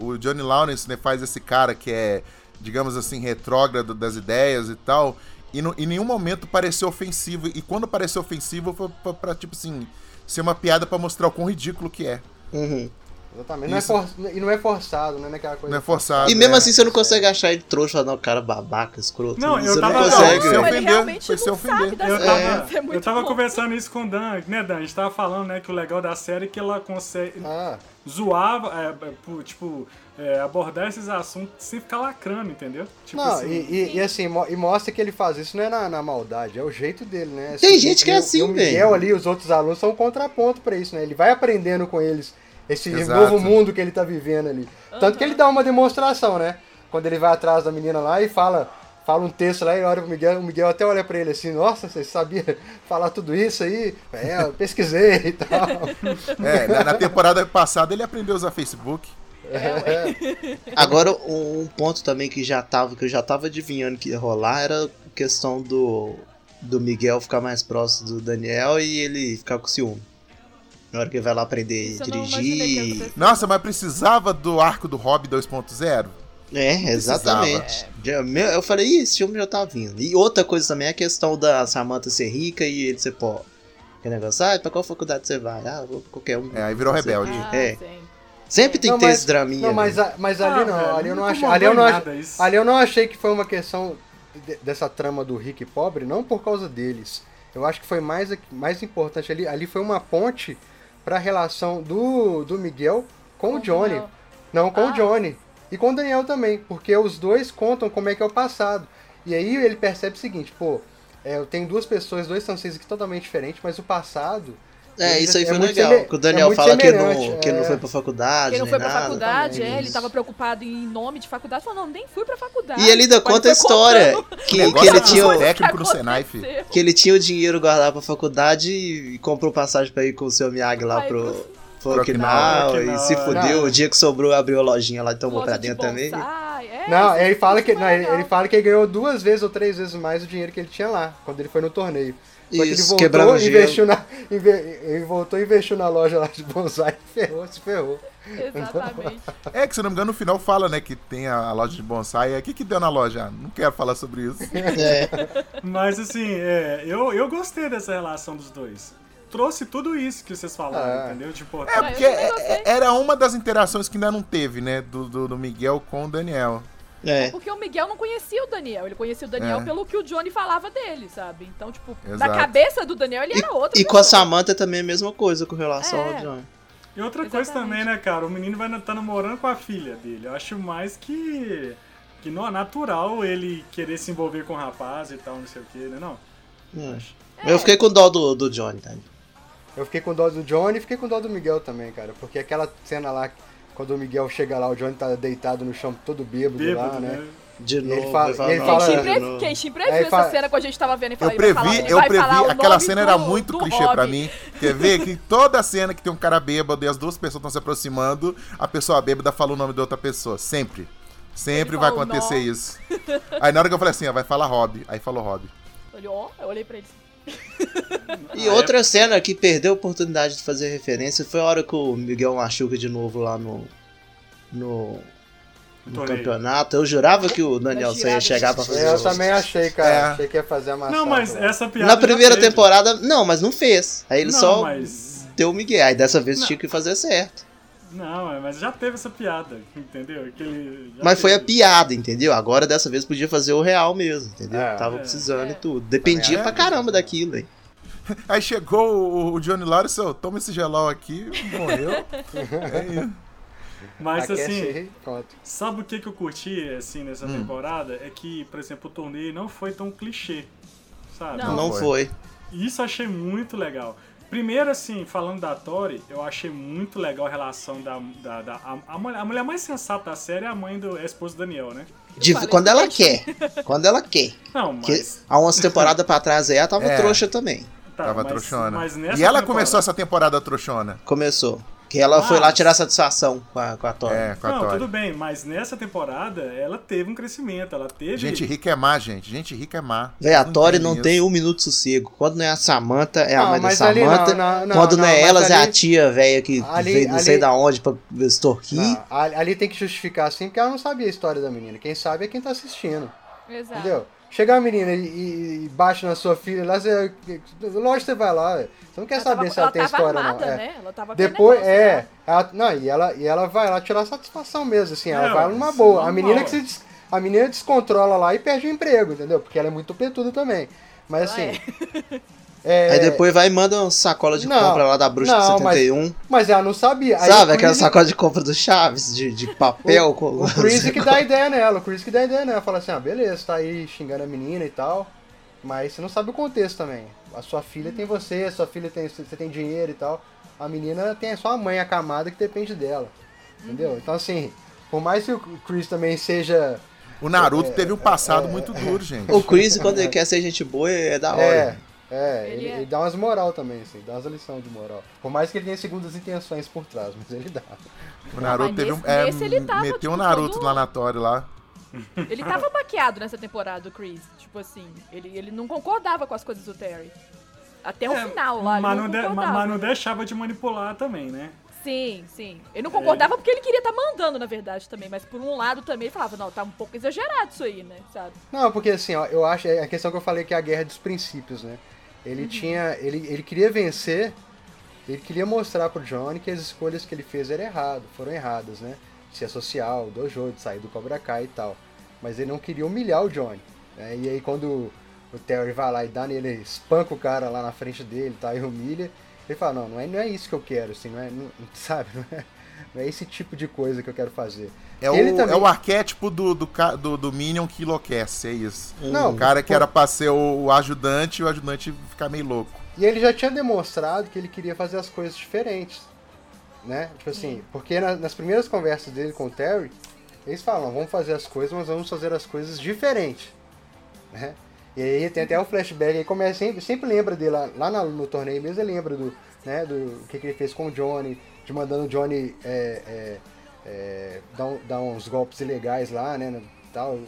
Speaker 4: o, o Johnny Lawrence né, faz esse cara que é, digamos assim, retrógrado das ideias e tal, e no- em nenhum momento pareceu ofensivo. E quando pareceu ofensivo, foi pra, pra, tipo assim, ser uma piada pra mostrar o quão ridículo que é.
Speaker 2: Uhum.
Speaker 3: Exatamente. Não é
Speaker 4: Isso.
Speaker 3: for- E não é forçado, não é naquela coisa.
Speaker 4: Não é forçado.
Speaker 2: E mesmo
Speaker 4: né?
Speaker 2: assim você não consegue achar ele trouxa, não, cara babaca, escroto.
Speaker 1: Não, eu
Speaker 2: você
Speaker 1: tava-
Speaker 2: não
Speaker 1: não,
Speaker 2: consegue,
Speaker 4: eu-
Speaker 2: velho.
Speaker 5: Não, ele
Speaker 4: ofender,
Speaker 5: realmente
Speaker 4: foi se
Speaker 5: não
Speaker 4: ofender.
Speaker 5: sabe das
Speaker 1: Eu
Speaker 5: coisas.
Speaker 1: tava,
Speaker 5: é muito
Speaker 1: eu tava
Speaker 5: bom.
Speaker 1: conversando isso com o Dan, né, Dan? A gente tava falando, né, que o legal da série é que ela consegue
Speaker 3: Ah,
Speaker 1: zoar, é, é, pu- tipo, é, abordar esses assuntos sem ficar lacrando, entendeu? Tipo
Speaker 3: não,
Speaker 1: assim,
Speaker 3: e, e- e assim, mo- e mostra que ele faz isso não é na, na maldade, é o jeito dele, né?
Speaker 2: Tem
Speaker 3: Assim,
Speaker 2: gente que é
Speaker 3: e o-
Speaker 2: assim,
Speaker 3: e O Miguel
Speaker 2: velho.
Speaker 3: ali, os outros alunos, são um contraponto pra isso, né? Ele vai aprendendo com eles esse
Speaker 4: Exato.
Speaker 3: novo mundo que ele tá vivendo ali. Tanto que ele dá uma demonstração, né? Quando ele vai atrás da menina lá e fala, fala um texto lá e olha pro Miguel, o Miguel até olha pra ele assim, nossa, você sabia [laughs] falar tudo isso aí? É, eu pesquisei e tal.
Speaker 2: [laughs]
Speaker 4: É, na, na temporada passada ele aprendeu a usar Facebook.
Speaker 2: É, Agora, um um ponto também que já tava, que eu já tava adivinhando que ia rolar, era a questão do, do Miguel ficar mais próximo do Daniel e ele ficar com ciúme. Na hora que ele vai lá aprender
Speaker 5: Isso
Speaker 2: a
Speaker 5: eu não imaginei que ia
Speaker 2: dirigir.
Speaker 5: acontecer.
Speaker 4: Nossa, mas precisava do arco do Hobby 2.0?
Speaker 2: É, exatamente. Já- meu, Eu falei, Ih, esse filme já tá vindo. E outra coisa também é a questão da Samantha ser rica e ele ser pobre. Que negócio, ah, pra qual faculdade você vai? Ah, vou pra qualquer um.
Speaker 4: É, aí virou rebelde.
Speaker 5: Ah,
Speaker 2: É.
Speaker 5: sim.
Speaker 2: Sempre tem
Speaker 3: Não,
Speaker 2: que ter
Speaker 3: mas-
Speaker 2: esse draminha.
Speaker 3: Não, mas,
Speaker 2: né?
Speaker 3: a- mas ali
Speaker 1: Ah,
Speaker 3: não,
Speaker 1: velho,
Speaker 3: ali eu não
Speaker 1: não
Speaker 3: achei. Ali eu
Speaker 1: incomodou
Speaker 3: não,
Speaker 1: em
Speaker 3: achei-
Speaker 1: nada isso.
Speaker 3: ali eu não achei que foi uma questão de- dessa trama do rico e pobre, não por causa deles. Eu acho que foi mais, aqui- mais importante ali. Ali foi uma ponte pra relação do, do Miguel com
Speaker 5: Com
Speaker 3: o
Speaker 5: o
Speaker 3: Johnny.
Speaker 5: Miguel.
Speaker 3: Não, com
Speaker 5: Ah.
Speaker 3: o Johnny. E com o Daniel também, porque os dois contam como é que é o passado. E aí ele percebe o seguinte, pô, é, eu tenho duas pessoas, dois franceses aqui totalmente diferentes, mas o passado.
Speaker 2: É, isso aí
Speaker 3: é
Speaker 2: foi
Speaker 3: muito
Speaker 2: legal.
Speaker 3: seme-
Speaker 2: Que o
Speaker 3: é
Speaker 2: Daniel
Speaker 3: muito
Speaker 2: fala que ele, não,
Speaker 3: semelhante,
Speaker 2: que ele não
Speaker 3: é.
Speaker 2: foi pra faculdade.
Speaker 5: Ele não
Speaker 2: nem
Speaker 5: foi pra
Speaker 2: nada, tá?
Speaker 5: faculdade,
Speaker 2: também.
Speaker 5: é, ele tava preocupado em nome de faculdade, falou, não, nem fui pra
Speaker 3: tá.
Speaker 5: faculdade.
Speaker 2: E ele ainda
Speaker 5: Mas
Speaker 2: conta a
Speaker 5: foi contando
Speaker 2: história [laughs] que, que,
Speaker 4: Negócio
Speaker 2: ele
Speaker 4: é
Speaker 2: tinha, o-
Speaker 4: técnico no
Speaker 5: aconteceu.
Speaker 4: Senai, fi.
Speaker 2: que ele tinha o dinheiro guardado pra faculdade e comprou passagem pra ir com o seu Miyagi lá
Speaker 5: Vai
Speaker 2: pro,
Speaker 5: pro-
Speaker 2: pro
Speaker 4: Okinawa.
Speaker 2: Okinawa e se
Speaker 1: Okinawa.
Speaker 2: fudeu. O dia que sobrou, abriu a lojinha lá e tomou
Speaker 5: Loja
Speaker 2: Então, pra
Speaker 5: de
Speaker 2: dentro também.
Speaker 5: bonsai, é,
Speaker 3: Não,
Speaker 5: isso-
Speaker 3: ele fala
Speaker 5: isso
Speaker 3: que
Speaker 5: foi
Speaker 3: não, ele,
Speaker 5: legal.
Speaker 3: ele fala que ele ganhou duas vezes ou três vezes mais o dinheiro que ele tinha lá, quando ele foi no torneio. Só que ele
Speaker 2: Isso,
Speaker 3: voltou,
Speaker 2: quebrava o gelo.
Speaker 3: investiu na, inve, ele voltou e investiu na loja lá de bonsai e ferrou, se ferrou.
Speaker 5: Exatamente.
Speaker 4: É, que se não me engano, no final fala, né, que tem a, a loja de bonsai. É, o que que deu na loja? Ah, Não quero falar sobre
Speaker 5: [laughs]
Speaker 4: isso.
Speaker 5: Ah,
Speaker 2: É.
Speaker 1: Mas assim, é, eu, eu gostei dessa relação dos dois. Trouxe tudo isso que vocês falaram,
Speaker 3: Ah.
Speaker 1: entendeu? Tipo,
Speaker 4: É,
Speaker 5: Ah, eu
Speaker 4: porque
Speaker 5: também
Speaker 4: é-
Speaker 5: gostei.
Speaker 4: era uma das interações que ainda não teve, né, do, do, do Miguel com o Daniel.
Speaker 2: É.
Speaker 5: Porque o Miguel não conhecia o Daniel, ele conhecia o Daniel
Speaker 4: É.
Speaker 5: pelo que o Johnny falava dele, sabe? Então, tipo, na
Speaker 4: Exato.
Speaker 5: cabeça do Daniel ele era outro.
Speaker 2: E com a Samantha também é a mesma coisa com relação
Speaker 5: É.
Speaker 2: ao Johnny.
Speaker 1: E outra coisa
Speaker 5: Exatamente.
Speaker 1: também, né, cara? O menino vai estar namorando com a filha dele. Eu acho mais que. que não é natural ele querer se envolver com o rapaz e tal, não sei o que, né? Não.
Speaker 2: É. Eu fiquei com dó do, do Johnny, tá?
Speaker 3: Eu fiquei com dó do Johnny e fiquei com dó do Miguel também, cara, porque aquela cena lá, quando o Miguel chega lá, o Johnny tá deitado no chão todo bêbado, lá,
Speaker 1: Bêbado,
Speaker 3: né?
Speaker 1: né?
Speaker 2: De
Speaker 3: ele
Speaker 2: novo,
Speaker 3: fala-
Speaker 2: vai falar,
Speaker 3: ele
Speaker 2: não, de
Speaker 3: fala-
Speaker 5: Quem, previ-
Speaker 2: novo.
Speaker 5: quem sim previu
Speaker 3: Aí
Speaker 5: essa
Speaker 3: fala-
Speaker 5: cena quando a gente tava vendo e
Speaker 4: Eu
Speaker 5: falou, ele vai
Speaker 4: previ,
Speaker 5: falar-
Speaker 4: eu
Speaker 5: vai falar
Speaker 4: previ,
Speaker 5: o
Speaker 4: aquela
Speaker 5: nome
Speaker 4: cena
Speaker 5: do-
Speaker 4: era muito
Speaker 5: do
Speaker 4: clichê pra
Speaker 5: hobby.
Speaker 4: mim. Quer ver que toda cena que tem um cara bêbado e as duas pessoas estão se aproximando, a pessoa bêbada fala o nome da outra pessoa, sempre. Sempre
Speaker 5: Ele
Speaker 4: vai
Speaker 5: falou,
Speaker 4: acontecer
Speaker 5: "Nó".
Speaker 4: isso. Aí na hora que eu falei assim, ó, vai falar Rob. Aí falou Rob.
Speaker 5: Olhei, ó, eu olhei pra ele. assim,
Speaker 2: E outra cena que perdeu a oportunidade de fazer referência foi a hora que o Miguel machuca de novo lá no. no. no
Speaker 1: Torneio.
Speaker 2: campeonato. Eu jurava que o Daniel
Speaker 5: Uma
Speaker 2: só ia
Speaker 5: girada.
Speaker 2: chegar pra fazer.
Speaker 3: Eu
Speaker 2: o-
Speaker 3: também achei, cara.
Speaker 4: É.
Speaker 3: Achei que ia fazer a massagem.
Speaker 1: Não, mas essa piada.
Speaker 2: Na
Speaker 1: já
Speaker 2: primeira
Speaker 1: teve.
Speaker 2: temporada, não, mas não fez. Aí ele
Speaker 1: Não,
Speaker 2: só
Speaker 1: mas-
Speaker 2: deu o Miguel. Aí dessa vez
Speaker 1: Não.
Speaker 2: tinha que fazer certo.
Speaker 1: Não, é, mas já teve essa piada, entendeu? Aquele, já
Speaker 2: Mas foi a
Speaker 1: teve.
Speaker 2: piada, entendeu? Agora dessa vez podia fazer o real mesmo, entendeu?
Speaker 3: É.
Speaker 2: Tava
Speaker 1: É.
Speaker 2: precisando e tudo. Dependia
Speaker 4: É.
Speaker 2: pra caramba daquilo, hein?
Speaker 4: Aí chegou o, o Johnny Lawrence, ó, toma esse gelol aqui,
Speaker 5: [laughs]
Speaker 4: morreu. É Aí,
Speaker 1: Mas assim,
Speaker 3: Aquece e pronto.
Speaker 1: Sabe o que, que eu curti, assim, nessa
Speaker 2: Hum.
Speaker 1: temporada? É que, por exemplo, o torneio não foi tão clichê, sabe?
Speaker 5: Não.
Speaker 2: Não,
Speaker 4: foi.
Speaker 2: foi.
Speaker 1: Isso eu achei muito legal. Primeiro, assim, falando da Tori, eu achei muito legal a relação da... da, da- a, a mulher, a mulher mais sensata da série é a mãe do... É a esposa do Daniel, né?
Speaker 2: De-
Speaker 5: falei,
Speaker 2: quando ela
Speaker 5: deixa.
Speaker 2: quer. Quando ela quer.
Speaker 1: Não,
Speaker 2: Porque
Speaker 1: mas...
Speaker 2: há umas temporadas pra trás aí ela
Speaker 3: [laughs]
Speaker 2: tava
Speaker 4: É.
Speaker 2: trouxa também.
Speaker 1: tá,
Speaker 4: tava
Speaker 1: mas-
Speaker 4: trouxona.
Speaker 1: mas nessa
Speaker 4: e ela
Speaker 1: temporada-
Speaker 4: começou essa temporada trouxona.
Speaker 2: Começou. Que ela foi lá
Speaker 1: Mas-
Speaker 2: tirar satisfação com a, com a Tori.
Speaker 4: É, com a
Speaker 1: Não, tudo
Speaker 4: Tori.
Speaker 1: bem, mas nessa temporada ela teve um crescimento, ela teve...
Speaker 4: Gente rica é má, gente. Gente rica é má.
Speaker 2: Véi, a
Speaker 4: Vocês
Speaker 2: Tori
Speaker 4: entendem
Speaker 2: não
Speaker 4: isso.
Speaker 2: tem um minuto de sossego. Quando não é a Samantha, é a
Speaker 3: Não,
Speaker 2: mãe da
Speaker 3: mas ali não,
Speaker 2: Samantha.
Speaker 3: não, não,
Speaker 2: Quando não, é
Speaker 3: não,
Speaker 2: elas,
Speaker 3: mas
Speaker 2: é a
Speaker 3: ali-
Speaker 2: tia velha que
Speaker 3: ali-
Speaker 2: veio não sei
Speaker 3: ali-
Speaker 2: da onde pra extorquir.
Speaker 3: Não, ali, ali tem que justificar assim, porque ela não sabia a história da menina. Quem sabe é quem tá assistindo.
Speaker 5: Exato.
Speaker 3: Entendeu? Chegar a menina e, e- e bate na sua filha lá, você, lógico que você vai lá. ué. Você não quer
Speaker 5: Ela
Speaker 3: saber
Speaker 5: tava-
Speaker 3: se ela,
Speaker 5: ela
Speaker 3: tem
Speaker 5: tava
Speaker 3: história
Speaker 5: armada,
Speaker 3: ou não. é.
Speaker 5: né? Ela tava com
Speaker 3: Depois,
Speaker 5: negócio, né?
Speaker 3: é. ela- não, e ela, e ela vai lá tirar satisfação mesmo, assim. Ela
Speaker 1: É,
Speaker 3: vai numa
Speaker 1: isso
Speaker 3: boa.
Speaker 1: é
Speaker 3: A menina,
Speaker 1: normal.
Speaker 3: que se, des- a menina descontrola lá e perde o emprego, entendeu? Porque ela é muito petuda também. Mas
Speaker 5: Ela
Speaker 3: assim. é,
Speaker 2: Aí depois vai e manda uma sacola de
Speaker 3: Não,
Speaker 2: compra lá da bruxa um.
Speaker 3: não,
Speaker 2: de
Speaker 3: mas-
Speaker 2: 71.
Speaker 3: Mas ela não sabia. Aí
Speaker 2: Sabe
Speaker 3: o
Speaker 2: aquela
Speaker 3: Chris-
Speaker 2: sacola de compra do Chaves, de, de papel? com-
Speaker 3: O Chris
Speaker 2: [laughs]
Speaker 3: que dá ideia nela, o Chris que dá ideia nela. Fala assim, ah, beleza, tá aí xingando a menina e tal. Mas você não sabe o contexto também. A sua filha tem você, a sua filha tem. Você tem dinheiro e tal. A menina tem só a mãe acamada que depende dela.
Speaker 5: Uhum.
Speaker 3: Entendeu? Então assim, por mais que o Chris também seja.
Speaker 4: O Naruto teve um passado muito duro, gente.
Speaker 2: O Chris, quando ele quer ser gente boa, é da hora.
Speaker 3: É. É,
Speaker 5: Ele
Speaker 3: ele,
Speaker 5: é.
Speaker 3: ele dá umas moral também, assim, dá umas lição de moral. Por mais que ele tenha segundas intenções por trás, mas ele dá.
Speaker 4: O Naruto
Speaker 5: mas
Speaker 4: teve um.
Speaker 5: Ah, nesse-
Speaker 4: É,
Speaker 5: nesse ele tava,
Speaker 4: meteu o
Speaker 5: tipo,
Speaker 4: Naruto
Speaker 5: todo-
Speaker 4: lá na Tori lá.
Speaker 5: Ele tava maquiado nessa temporada, o Chris. Tipo assim, ele, ele não concordava com as coisas do Terry. Até o final lá,
Speaker 1: É, Mas
Speaker 5: ele
Speaker 1: não,
Speaker 5: não
Speaker 1: de- ma-
Speaker 5: concordava.
Speaker 1: mas não deixava de manipular também, né?
Speaker 5: Sim, sim. Ele
Speaker 4: É.
Speaker 5: não concordava porque ele queria estar mandando, na verdade, também. Mas por um lado também ele falava, não, tá um pouco exagerado isso aí, né? Sabe?
Speaker 3: Não, porque assim, ó, eu acho, é a questão que eu falei que é a guerra dos princípios, né? Ele tinha, ele, ele queria vencer, ele queria mostrar pro Johnny que as escolhas que ele fez eram erradas, foram erradas, né? De Se associar ao dojo, de sair do Cobra Kai e tal. Mas ele não queria humilhar o Johnny, né? E aí quando o Terry vai lá e dá nele, espanca o cara lá na frente dele, tá? E humilha, ele fala, não, não é, não é isso que eu quero, assim, não é, não- [laughs] sabe? Não é, não é esse tipo de coisa que eu quero fazer.
Speaker 4: É o,
Speaker 3: Ele também-
Speaker 4: é o arquétipo do, do, ca- do, do Minion que enlouquece, é isso.
Speaker 3: Não,
Speaker 4: O cara que
Speaker 3: pô.
Speaker 4: era pra ser o, o ajudante e o ajudante ficar meio louco.
Speaker 3: E ele já tinha demonstrado que ele queria fazer as coisas diferentes, né? Tipo assim, porque na- nas primeiras conversas dele com o Terry, eles falam, vamos fazer as coisas, mas vamos fazer as coisas diferentes, né? E aí tem até o flashback, aí começa, sempre, sempre lembra dele, lá, lá na- no torneio mesmo, ele lembra do, né, do que, que ele fez com o Johnny, de mandando o Johnny é, é, é, dar, um- dar uns golpes ilegais lá, né, no- tal.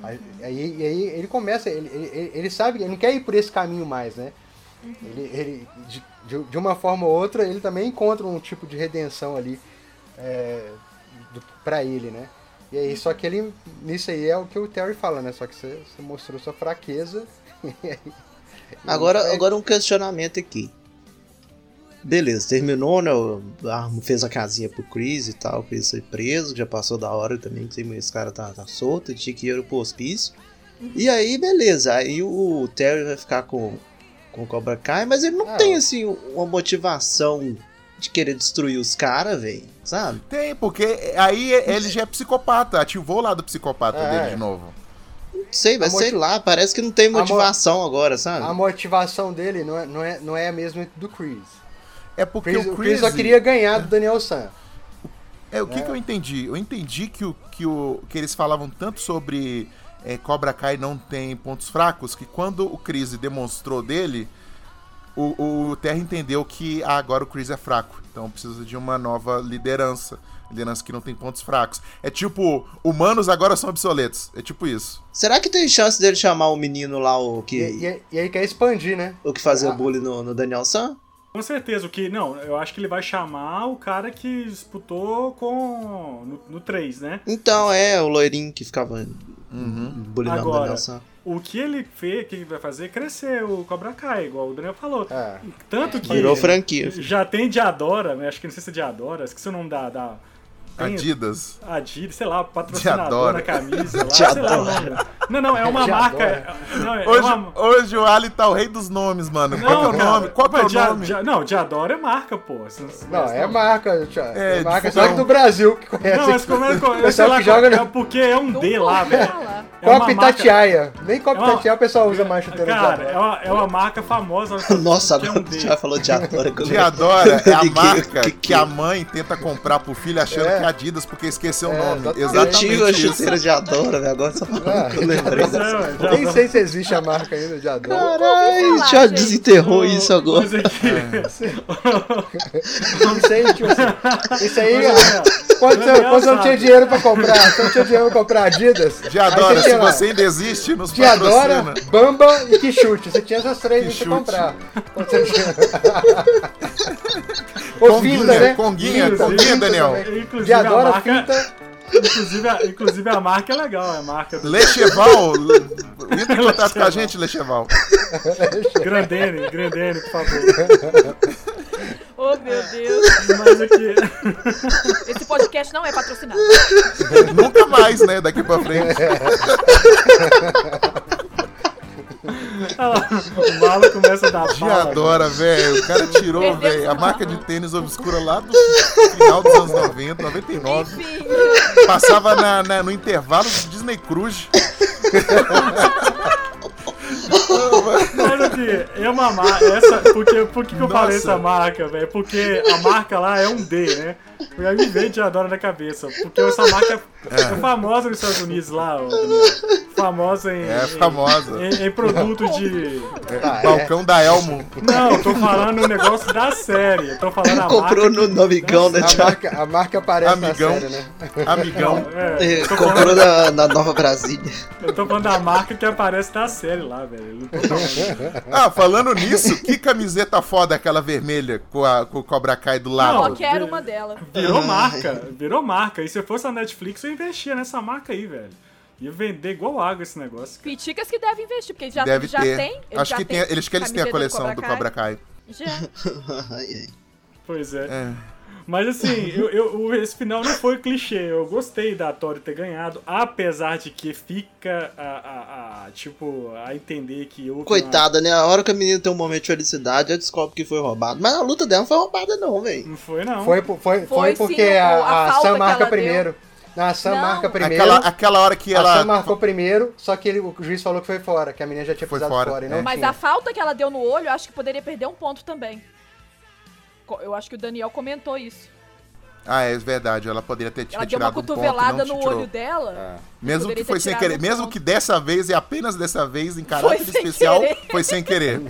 Speaker 3: Aí, aí, e aí ele começa, ele, ele- ele, ele sabe, ele não quer ir por esse caminho mais, né? Ele, ele- de- de, de uma forma ou outra, ele também encontra um tipo de redenção ali é, do- pra ele, né? E aí, só que ele, nisso aí é o que o Terry fala, né? Só que você, você mostrou sua fraqueza. e aí-
Speaker 2: Agora,
Speaker 3: É.
Speaker 2: agora um questionamento aqui. Beleza, terminou, né? o- ah, Fez a casinha pro Chris e tal, o Chris foi preso, já passou da hora também, que esse cara tá, tá solto, tinha que ir pro hospício.
Speaker 3: Uhum.
Speaker 2: E aí, beleza, aí o, o Terry vai ficar com, com o Cobra Kai, mas ele não
Speaker 3: Ah.
Speaker 2: tem, assim, uma motivação de querer destruir os caras, velho, sabe?
Speaker 4: Tem, porque aí ele já é psicopata, ativou o lado psicopata
Speaker 3: É.
Speaker 4: dele de novo.
Speaker 2: Não sei, mas
Speaker 3: moti-
Speaker 2: sei lá, parece que não tem
Speaker 3: mo-
Speaker 2: motivação agora, sabe?
Speaker 3: a motivação dele não é, não, é, não é a mesma do Chris.
Speaker 4: É porque
Speaker 3: Chris-
Speaker 4: o
Speaker 3: o
Speaker 4: Chris.
Speaker 3: Chris só queria ganhar do Daniel San.
Speaker 4: É, o que, que eu entendi? Eu entendi que, o, que, o, que eles falavam tanto sobre é, Cobra Kai não tem pontos fracos, que quando o Chris demonstrou dele, o, o Terra entendeu que ah, agora o Chris é fraco, então precisa de uma nova liderança. Liderança que não tem pontos fracos. É tipo, humanos agora são obsoletos. É tipo isso.
Speaker 2: Será que tem chance dele chamar o menino lá, o que,
Speaker 3: E, e- e aí quer expandir, né?
Speaker 2: o que fazia
Speaker 3: Ah.
Speaker 2: bullying no, no Daniel San?
Speaker 1: Com certeza, o que. Não, eu acho que ele vai chamar o cara que disputou com. no, no 3, né?
Speaker 2: Então, é, o loirinho que ficava bullyingando o
Speaker 1: Agora.
Speaker 2: Daniel San.
Speaker 1: O que ele fez, o que ele vai fazer é crescer o Cobra Kai, igual o Daniel falou.
Speaker 3: É.
Speaker 1: Tanto que.
Speaker 2: Virou franquia. assim.
Speaker 1: Já tem Diadora, né? acho que não sei se é Diadora, esqueci o nome da. da... tem-
Speaker 4: Adidas.
Speaker 1: Adidas, sei lá, patrocinador
Speaker 4: Diadora.
Speaker 1: na
Speaker 4: [laughs]
Speaker 1: camisa, lá, sei lá o nome. Não, não, é uma
Speaker 3: Diadora.
Speaker 1: marca. Não, é
Speaker 4: Hoje,
Speaker 1: uma...
Speaker 4: hoje o Ali tá o rei dos nomes, mano. Qual que é o
Speaker 1: cara,
Speaker 4: nome? Qual que é o
Speaker 1: mas Dia-
Speaker 4: nome?
Speaker 1: Dia- não, Diadora é marca, pô. Você
Speaker 3: Não,
Speaker 1: você
Speaker 3: é marca, Thiago.
Speaker 4: É,
Speaker 3: É, marca
Speaker 4: difusão.
Speaker 3: só que do Brasil que conhece.
Speaker 1: Não, mas como
Speaker 4: [laughs]
Speaker 1: é
Speaker 3: O
Speaker 1: que. Sei
Speaker 3: pessoal
Speaker 1: lá,
Speaker 3: que joga
Speaker 1: é
Speaker 3: no
Speaker 1: porque é um
Speaker 5: Não
Speaker 1: D
Speaker 5: vou
Speaker 1: lá, velho.
Speaker 5: falar.
Speaker 1: É uma
Speaker 3: Copa
Speaker 1: marca-
Speaker 3: Itatiaia. Nem Copa
Speaker 1: É uma-
Speaker 3: Itatiaia o pessoal usa
Speaker 4: tá
Speaker 3: mais chuteira de
Speaker 1: Cara,
Speaker 3: Diadora.
Speaker 1: é uma, é uma marca famosa.
Speaker 2: [laughs] Nossa,
Speaker 1: que é
Speaker 2: agora
Speaker 1: um D.
Speaker 2: já falou de Adora. que eu-
Speaker 4: Diadora
Speaker 2: [laughs]
Speaker 4: é a
Speaker 2: Que-
Speaker 4: marca
Speaker 2: que-
Speaker 4: que,
Speaker 2: que-
Speaker 4: a mãe tenta comprar pro filho achando
Speaker 3: É.
Speaker 4: que é Adidas porque esqueceu o
Speaker 3: É,
Speaker 4: nome.
Speaker 3: exatamente.
Speaker 2: Eu
Speaker 4: Exatamente
Speaker 2: tive a
Speaker 4: isso.
Speaker 2: chuteira de Adora, velho. Agora só falando que eu lembrei
Speaker 1: Mas é,
Speaker 2: dessa.
Speaker 1: ué,
Speaker 3: Nem
Speaker 1: Diadora.
Speaker 3: sei se existe a marca ainda de Adão.
Speaker 5: ouvi
Speaker 2: Caralho,
Speaker 5: falar,
Speaker 2: já
Speaker 5: gente.
Speaker 2: desenterrou isso agora.
Speaker 1: Mas é que-
Speaker 4: Ah.
Speaker 1: [laughs]
Speaker 3: Isso aí, tipo assim, isso aí
Speaker 5: é
Speaker 1: Mas, ó,
Speaker 3: quando você,
Speaker 1: Daniel
Speaker 3: quando você não
Speaker 1: sabe.
Speaker 3: tinha dinheiro pra comprar, você não tinha dinheiro pra comprar Adidas. aí
Speaker 4: Diadora, se
Speaker 3: tinha lá,
Speaker 4: você ainda existe, nos
Speaker 3: Diadora,
Speaker 4: patrocina.
Speaker 3: Bamba e que chute. Você tinha essas três
Speaker 4: Que
Speaker 3: aí pra
Speaker 4: chute.
Speaker 3: comprar. Quando
Speaker 4: [laughs]
Speaker 3: você tinha. Ou finta, né?
Speaker 4: Conguinha,
Speaker 1: Finta,
Speaker 4: Conguinha,
Speaker 3: finta
Speaker 4: Daniel.
Speaker 3: também.
Speaker 1: Inclusive, a
Speaker 3: Diadora,
Speaker 1: marca-
Speaker 3: finta.
Speaker 1: Inclusive, a, inclusive a marca é legal, é a marca do
Speaker 4: Lecheval, entra em contato com a gente, Lecheval.
Speaker 1: Grandene, Grandene, por favor.
Speaker 5: Oh, meu
Speaker 4: [laughs]
Speaker 5: Deus.
Speaker 1: Mas é aqui,
Speaker 5: Esse podcast não é patrocinado.
Speaker 4: Nunca mais, né, daqui pra frente.
Speaker 1: [laughs]
Speaker 3: É.
Speaker 1: o malo começa a dar bala.
Speaker 4: Diadora, velho, o cara tirou,
Speaker 5: Perdeu
Speaker 4: velho, a
Speaker 5: essa
Speaker 4: marca de tênis obscura lá do final dos anos 90, 99.
Speaker 5: Enfim.
Speaker 4: Passava na, na- no intervalo do Disney Cruise.
Speaker 1: Mas aqui, é uma marca. Essa, porque, por que, que eu falei
Speaker 4: Nossa.
Speaker 1: essa marca, velho? Porque a marca lá é um D, né? E aí me veio Diadora na cabeça. Porque essa marca é, é famosa nos Estados Unidos lá, ô, Daniel. Famosa em.
Speaker 4: É
Speaker 1: em-
Speaker 4: famosa.
Speaker 1: Em, em produto de.
Speaker 3: Tá, é.
Speaker 4: Balcão da Elmo.
Speaker 1: Não, eu tô falando um negócio da série. Eu Tô falando a
Speaker 2: Comprou
Speaker 1: marca.
Speaker 2: no Nomigão, né,
Speaker 3: A
Speaker 2: Thiago?
Speaker 3: marca, a marca aparece
Speaker 4: Amigão.
Speaker 3: na série, né?
Speaker 5: Então,
Speaker 4: Amigão.
Speaker 1: [laughs] É,
Speaker 2: É,
Speaker 1: eu tô falando-
Speaker 2: Comprou na, na Nova Brasília. [laughs]
Speaker 1: Eu tô falando da marca que aparece na série lá, velho. Não tô falando.
Speaker 4: Ah, falando nisso, que camiseta foda aquela vermelha com, a, com o Cobra Kai do lado.
Speaker 1: Não.
Speaker 5: Qualquer uma delas.
Speaker 1: Virou
Speaker 2: Ai.
Speaker 1: marca, virou marca. E se eu fosse a Netflix, eu investia nessa marca aí, velho. Ia vender igual água esse negócio.
Speaker 5: Criticas que devem investir, porque já,
Speaker 4: Deve
Speaker 5: já
Speaker 4: ter.
Speaker 5: tem. ele
Speaker 4: Acho
Speaker 5: já
Speaker 4: que tem, eles que eles têm a
Speaker 5: camiseta
Speaker 4: coleção do Cobra Kai. [laughs]
Speaker 5: Já.
Speaker 2: Ai, ai.
Speaker 1: Pois é.
Speaker 4: É.
Speaker 1: Mas assim, [laughs] eu, eu- o- esse final não foi clichê. Eu gostei da Tori ter ganhado, apesar de que fica a, a- a- tipo, a entender que houve uma-
Speaker 2: Coitada, né? A hora que a menina tem um momento de felicidade, ela descobre que foi roubado. Mas a luta dela não foi roubada, não, velho.
Speaker 1: Não foi, não.
Speaker 3: Foi, por- foi, foi,
Speaker 5: Foi,
Speaker 3: porque
Speaker 5: sim,
Speaker 3: a,
Speaker 5: o- a
Speaker 3: a,
Speaker 5: falta
Speaker 3: Sam
Speaker 5: que
Speaker 3: marca
Speaker 5: ela deu.
Speaker 3: primeiro. Não, a Sam
Speaker 5: Não.
Speaker 3: marca primeiro.
Speaker 4: Aquela, aquela hora que
Speaker 3: A Sam
Speaker 4: ela.
Speaker 3: marcou primeiro, só que ele- o juiz falou que foi fora, que a menina já tinha
Speaker 4: Foi
Speaker 3: pisado
Speaker 4: fora,
Speaker 3: fora, e não
Speaker 4: é.
Speaker 5: Mas
Speaker 3: tinha.
Speaker 5: a falta que ela deu no olho, eu acho que poderia perder um ponto também. Co- Eu acho que o Daniel comentou isso.
Speaker 4: Ah, é verdade. Ela poderia ter
Speaker 5: Ela
Speaker 4: tirado
Speaker 5: deu uma
Speaker 4: um ponto,
Speaker 5: cotovelada
Speaker 4: não te
Speaker 5: no
Speaker 4: tirou. É.
Speaker 5: olho dela.
Speaker 4: Mesmo que
Speaker 5: Poderia
Speaker 4: foi
Speaker 5: ter
Speaker 4: sem
Speaker 5: tirado
Speaker 4: querer.
Speaker 5: um
Speaker 4: Mesmo
Speaker 5: ponto.
Speaker 4: que dessa vez e apenas dessa vez,
Speaker 5: Foi
Speaker 4: em caráter
Speaker 5: sem
Speaker 4: especial,
Speaker 5: querer.
Speaker 4: foi sem querer.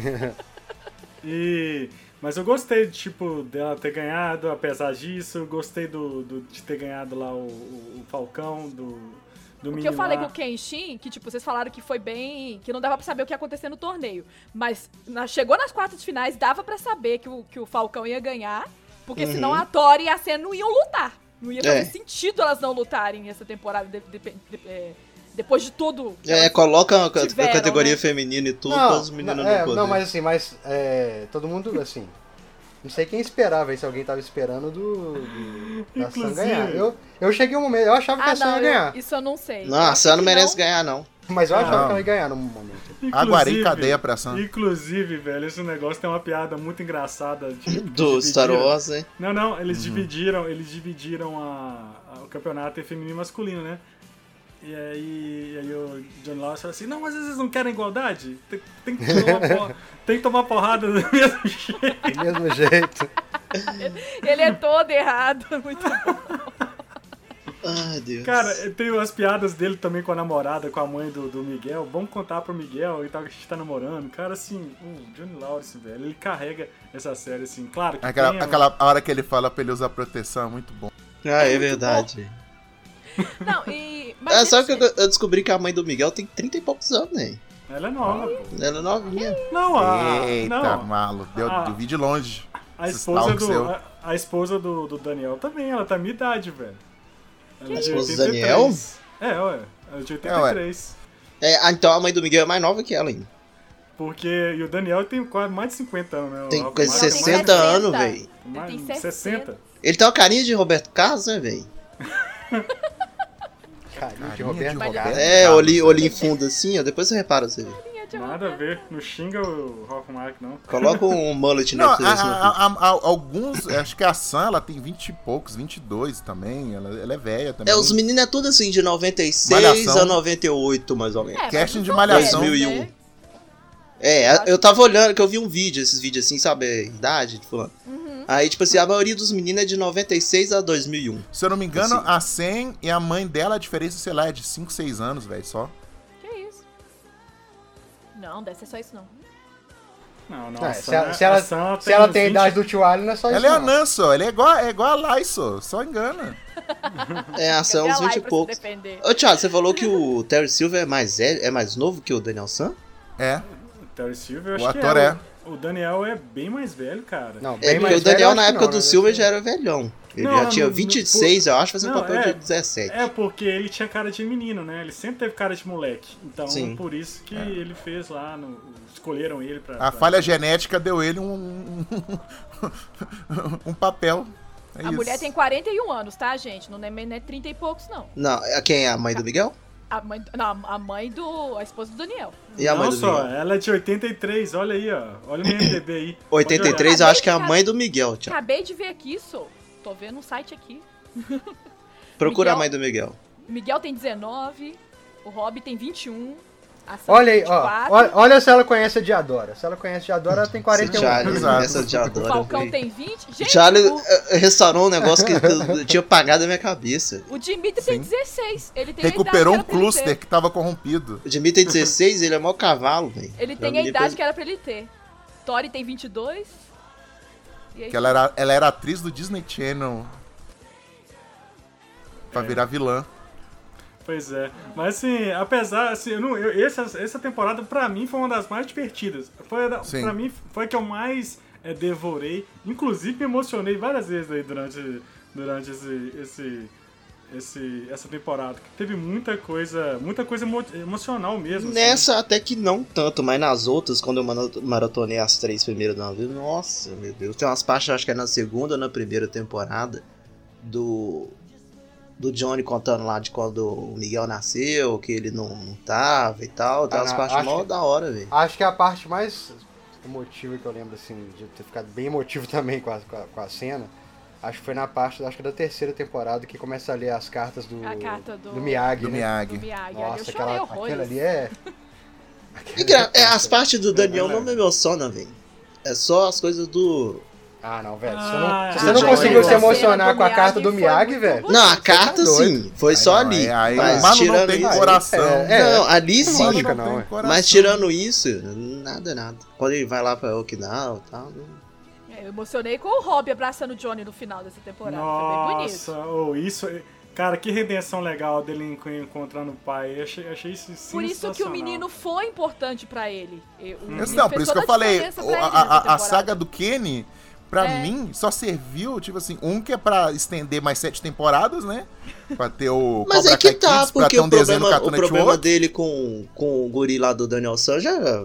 Speaker 1: E... Mas eu gostei, tipo, dela ter ganhado, apesar disso. Eu Gostei do, do- de ter ganhado lá o, o- o Falcão, do, do
Speaker 5: O
Speaker 1: menino
Speaker 5: que eu falei
Speaker 1: lá.
Speaker 5: com o Kenshin, que tipo, vocês falaram que foi bem. que não dava pra saber o que ia acontecer no torneio. Mas na- chegou nas quartas de finais, dava pra saber que o, que o Falcão ia ganhar. Porque senão a Tori e a Sen não iam lutar. Não ia fazer
Speaker 2: Uhum. É.
Speaker 5: sentido elas não lutarem essa temporada de- de- de- é, depois de tudo. Ah, que
Speaker 2: É,
Speaker 5: elas-
Speaker 2: coloca a ca-
Speaker 5: Tiveram,
Speaker 2: categoria
Speaker 5: né?
Speaker 2: feminina e tudo, pra
Speaker 3: Não,
Speaker 2: os meninos
Speaker 3: é,
Speaker 2: não poderem.
Speaker 3: não, mas assim, mas é, todo mundo, assim, não sei quem esperava, se alguém tava esperando do, do da Sam
Speaker 1: Inclusive.
Speaker 3: ganhar. Eu, eu cheguei um momento, eu achava que
Speaker 5: Ah,
Speaker 3: a Sam
Speaker 5: não,
Speaker 3: ia
Speaker 5: eu-
Speaker 3: ganhar,
Speaker 5: isso eu não sei.
Speaker 2: Não, a Sam não merece ganhar, não.
Speaker 3: mas eu achava
Speaker 4: Não.
Speaker 3: que ela ia ganhar no momento.
Speaker 4: Aguarei cadeia pra Sam.
Speaker 1: Inclusive, velho, esse negócio tem uma piada muito engraçada. De,
Speaker 2: Do Star
Speaker 1: dividiram-
Speaker 2: Wars, Uhum. hein?
Speaker 1: Não, não, eles dividiram, eles dividiram a, a- o campeonato em feminino e masculino, né? E aí, e aí o John Lawson falou assim, não, mas vocês não querem igualdade? Tem, tem que, tomar porra- tem que tomar porrada do mesmo jeito.
Speaker 3: Do mesmo jeito.
Speaker 5: [laughs] Ele é todo errado, muito bom.
Speaker 2: Ai, Deus.
Speaker 1: Cara, é tem umas piadas dele também com a namorada, com a mãe do, do Miguel. Vamos contar pro Miguel e tal, que a gente tá namorando. Cara, assim, o Johnny Lawrence, velho, ele carrega essa série, assim. Claro que
Speaker 4: Aquela,
Speaker 1: tem,
Speaker 4: aquela hora que ele fala pra ele usar proteção é muito bom.
Speaker 2: ah, é verdade.
Speaker 5: Não, e. mas
Speaker 2: Ah, sabe que
Speaker 5: ele-
Speaker 2: eu, eu descobri que a mãe do Miguel tem 30 e poucos anos, né?
Speaker 1: Ela é nova, pô.
Speaker 2: Ela é novinha.
Speaker 1: Não, a,
Speaker 4: Eita,
Speaker 1: Ah, não,
Speaker 4: malo. Deu,
Speaker 1: Ah.
Speaker 4: eu vi de longe.
Speaker 1: a
Speaker 4: esses
Speaker 1: esposa,
Speaker 4: talcos
Speaker 1: do,
Speaker 4: seu.
Speaker 1: a, a esposa do, do Daniel também, ela tá a minha idade, velho. Ela
Speaker 2: A
Speaker 1: é de
Speaker 2: esposa do
Speaker 1: 83. É, ué. Ela é de
Speaker 4: É, ué.
Speaker 1: 83.
Speaker 2: É, ah, então a mãe do Miguel é mais nova que ela ainda.
Speaker 1: Porque e o Daniel tem quase mais de 50 anos, né?
Speaker 2: Tem
Speaker 1: Mais-
Speaker 2: coisa de
Speaker 5: Ela tem
Speaker 2: 60 anos, velho.
Speaker 5: Ela
Speaker 1: Mais,
Speaker 5: tem
Speaker 1: mais 60.
Speaker 2: Ele tem uma carinha de Roberto Carlos, né, velho?
Speaker 3: Carinho de
Speaker 4: Carinha
Speaker 3: Roberto.
Speaker 4: de
Speaker 5: Roberto.
Speaker 4: Roberto
Speaker 2: É,
Speaker 4: Carlos.
Speaker 2: olhinho, olhinho fundo assim, ó. Depois você repara, você vê.
Speaker 5: um-
Speaker 1: Nada a ver, não xinga o Rockmark, não.
Speaker 2: Coloca um mullet
Speaker 4: Não,
Speaker 2: nesse.
Speaker 4: a-
Speaker 2: nesse-
Speaker 4: a- a- a- alguns, acho que a Sam, ela tem 20 e poucos, 22 também, ela, ela é velha também.
Speaker 2: É, os meninos é tudo assim, de 96
Speaker 4: Malhação.
Speaker 2: a 98, mais ou menos.
Speaker 5: É, mas
Speaker 4: Casting
Speaker 5: não
Speaker 4: de
Speaker 5: são
Speaker 4: Malhação.
Speaker 5: velhos, né?
Speaker 2: 2001. É, a- eu tava olhando, que eu vi um vídeo, esses vídeos assim, sabe, é, idade, tipo, aí, tipo assim, a maioria dos meninos é de 96 a 2001.
Speaker 4: Se eu não me engano,
Speaker 2: Assim.
Speaker 4: a Sam e a mãe dela, a diferença, sei lá, é de 5, 6 anos, velho, só.
Speaker 5: Que isso? Não, deve ser só isso, não.
Speaker 1: Não, não.
Speaker 3: Não,
Speaker 1: a
Speaker 3: É, se
Speaker 1: Sam-
Speaker 3: ela- se ela-
Speaker 1: a Sam
Speaker 3: Se ela tem a
Speaker 1: 20
Speaker 3: idade do tio Ali, não é só isso.
Speaker 4: Ela é
Speaker 3: não.
Speaker 4: anã, só, ela é igual, é igual a Lai, só, só engana.
Speaker 2: É, a ação
Speaker 5: Cadê
Speaker 2: uns
Speaker 5: a Lai
Speaker 2: 20 e
Speaker 5: pra se
Speaker 2: poucos.
Speaker 5: defender?
Speaker 4: É
Speaker 2: Ô, Thiago, você falou que o Terry Silver é mais velho, é mais novo que o Daniel Sam?
Speaker 4: É,
Speaker 1: Terry Silver, Então, eu
Speaker 4: O
Speaker 1: acho que
Speaker 4: ator
Speaker 1: é.
Speaker 4: é.
Speaker 1: O Daniel é bem mais velho, cara.
Speaker 3: Não, bem
Speaker 2: É, porque
Speaker 3: mais
Speaker 2: o Daniel
Speaker 3: velho,
Speaker 2: na
Speaker 3: acho que
Speaker 2: época
Speaker 3: não,
Speaker 2: do
Speaker 3: né?
Speaker 2: Silver já era velhão. Ele
Speaker 1: Não,
Speaker 2: já
Speaker 1: não,
Speaker 2: tinha
Speaker 1: não,
Speaker 2: 26, eu acho, fazendo
Speaker 1: Não,
Speaker 2: papel
Speaker 1: é-
Speaker 2: de 17.
Speaker 1: É porque ele tinha cara de menino, né? Ele sempre teve cara de moleque. Então,
Speaker 2: Sim.
Speaker 1: por isso
Speaker 3: É.
Speaker 1: que ele fez lá, no- escolheram ele pra...
Speaker 4: a
Speaker 1: pra-
Speaker 4: falha genética deu ele um, [laughs] um, um papel.
Speaker 5: A
Speaker 4: É isso.
Speaker 5: mulher tem 41 anos, tá, gente? Não é, não é 30 e poucos, não.
Speaker 2: Não, é- quem é a mãe do Miguel?
Speaker 5: A mãe, não, a mãe do. A esposa do Daniel.
Speaker 2: E a mãe
Speaker 1: Não
Speaker 2: do
Speaker 1: só,
Speaker 2: Miguel?
Speaker 1: ela é de 83, olha aí, ó. Olha o MDB aí. Pode
Speaker 2: 83, eu
Speaker 5: olhar.
Speaker 2: acho que é a mãe do Miguel, Thiago.
Speaker 5: Acabei de ver aqui isso. Tô vendo um site aqui.
Speaker 2: Procura a
Speaker 5: Miguel?
Speaker 2: mãe do Miguel.
Speaker 5: Miguel tem 19, o Rob tem 21. A Sam
Speaker 3: Olha aí,
Speaker 5: tem
Speaker 3: ó.
Speaker 5: 24,
Speaker 3: Olha, olha se ela conhece a Diadora. Se ela conhece a Diadora, ela tem 41.
Speaker 2: Já,
Speaker 4: Exato.
Speaker 2: essa já adora.
Speaker 5: O Falcão
Speaker 2: velho.
Speaker 5: tem 20. Gente,
Speaker 2: Charlie
Speaker 5: o-
Speaker 2: eh, restaurou um negócio que eu tinha apagado da minha cabeça.
Speaker 5: O Dimitri tem 16. Ele tem a idade
Speaker 4: Recuperou
Speaker 5: que
Speaker 4: um
Speaker 5: era pra ele
Speaker 4: cluster
Speaker 5: ter.
Speaker 4: que tava corrompido.
Speaker 2: O Jimmy tem 16, ele é mó cavalo, velho.
Speaker 5: Ele
Speaker 2: Pra
Speaker 5: tem
Speaker 2: mim,
Speaker 5: a idade
Speaker 2: depois-
Speaker 5: que era pra ele ter. Tori tem 22. E é aí,
Speaker 4: Que ela era, ela era atriz do Disney Channel. Pra virar vilã.
Speaker 1: Pois é. Mas assim, apesar, assim, eu não, eu- essa, essa temporada pra mim foi uma das mais divertidas. Foi a da-
Speaker 4: Sim.
Speaker 1: pra mim foi a que eu mais eh, devorei, inclusive me emocionei várias vezes aí durante durante esse esse esse essa temporada. Teve muita coisa, muita coisa emo- emocional
Speaker 5: é
Speaker 1: mesmo. assim.
Speaker 2: Nessa até que não tanto, mas nas outras, quando eu mano- maratonei as três primeiras da vida, nossa, meu Deus. Tem umas partes, acho que é na segunda ou na primeira temporada, do. Do Johnny contando lá de quando o Miguel nasceu, que ele não, não tava e tal. Tem
Speaker 3: Ah,
Speaker 2: umas
Speaker 3: na-
Speaker 2: partes
Speaker 3: acho
Speaker 2: mó
Speaker 3: que-
Speaker 2: da hora, velho.
Speaker 3: Acho que é a parte mais emotiva que eu lembro, assim, de ter ficado bem emotivo [laughs] também com a, com a, com a cena, acho que foi na parte, acho que da terceira temporada, que começa a ler as cartas do,
Speaker 5: A carta do-
Speaker 3: Miyagi. né?
Speaker 4: Do
Speaker 5: do
Speaker 4: Miyagi.
Speaker 5: Miyagi. eu
Speaker 3: Nossa,
Speaker 5: chorei
Speaker 3: aquela,
Speaker 5: horrores.
Speaker 3: aquela ali
Speaker 2: [laughs]
Speaker 3: é...
Speaker 2: E gra- é, as partes do Daniel não me emocionam, velho. É só as coisas do.
Speaker 3: Ah, não, velho. se
Speaker 1: Ah,
Speaker 3: você não, se você
Speaker 2: gente,
Speaker 3: não conseguiu se
Speaker 2: essa
Speaker 5: cena
Speaker 3: emocionar
Speaker 5: do
Speaker 3: com a carta do
Speaker 5: Miyagi
Speaker 3: Miyagi,
Speaker 5: foi
Speaker 3: velho...
Speaker 5: muito
Speaker 2: Não, a
Speaker 5: Você
Speaker 2: carta
Speaker 3: tá doido.
Speaker 2: sim, foi
Speaker 4: Aí
Speaker 2: só
Speaker 4: não,
Speaker 2: ali.
Speaker 4: é- aí o
Speaker 2: mas
Speaker 4: Mano não
Speaker 2: tirando
Speaker 4: tem
Speaker 2: isso.
Speaker 4: coração.
Speaker 3: É, é.
Speaker 2: Não, ali sim.
Speaker 4: Mano
Speaker 3: Lógico que não,
Speaker 4: tem
Speaker 3: é.
Speaker 4: coração.
Speaker 2: Mas tirando isso, nada, nada. Quando ele vai lá pra Okinawa e tal. não-
Speaker 5: É, eu emocionei com o Rob abraçando o Johnny no final dessa temporada. Foi bem bonito.
Speaker 1: Nossa, ou isso, cara, que redenção legal dele enco- encontrando o pai. Eu achei, achei isso
Speaker 5: Por isso que o
Speaker 1: sensacional.
Speaker 5: menino foi importante pra ele. E o menino
Speaker 4: Esse não, por
Speaker 5: fez
Speaker 4: isso que eu
Speaker 5: toda a
Speaker 4: falei,
Speaker 5: diferença
Speaker 4: o-
Speaker 5: pra
Speaker 4: a,
Speaker 5: ele nessa
Speaker 4: a- a
Speaker 5: temporada.
Speaker 4: saga do Kenny, pra
Speaker 5: É.
Speaker 4: mim, só serviu, tipo assim, um que é pra estender mais sete temporadas, né? Pra ter o
Speaker 2: Mas
Speaker 4: Cobra
Speaker 2: é que
Speaker 4: Kai
Speaker 2: tá,
Speaker 4: Kids, pra
Speaker 2: porque
Speaker 4: ter um
Speaker 2: o
Speaker 4: desenho
Speaker 2: problema, o
Speaker 4: no Cartoon
Speaker 2: problema
Speaker 4: Network.
Speaker 2: dele com, com o guri lá do Daniel San já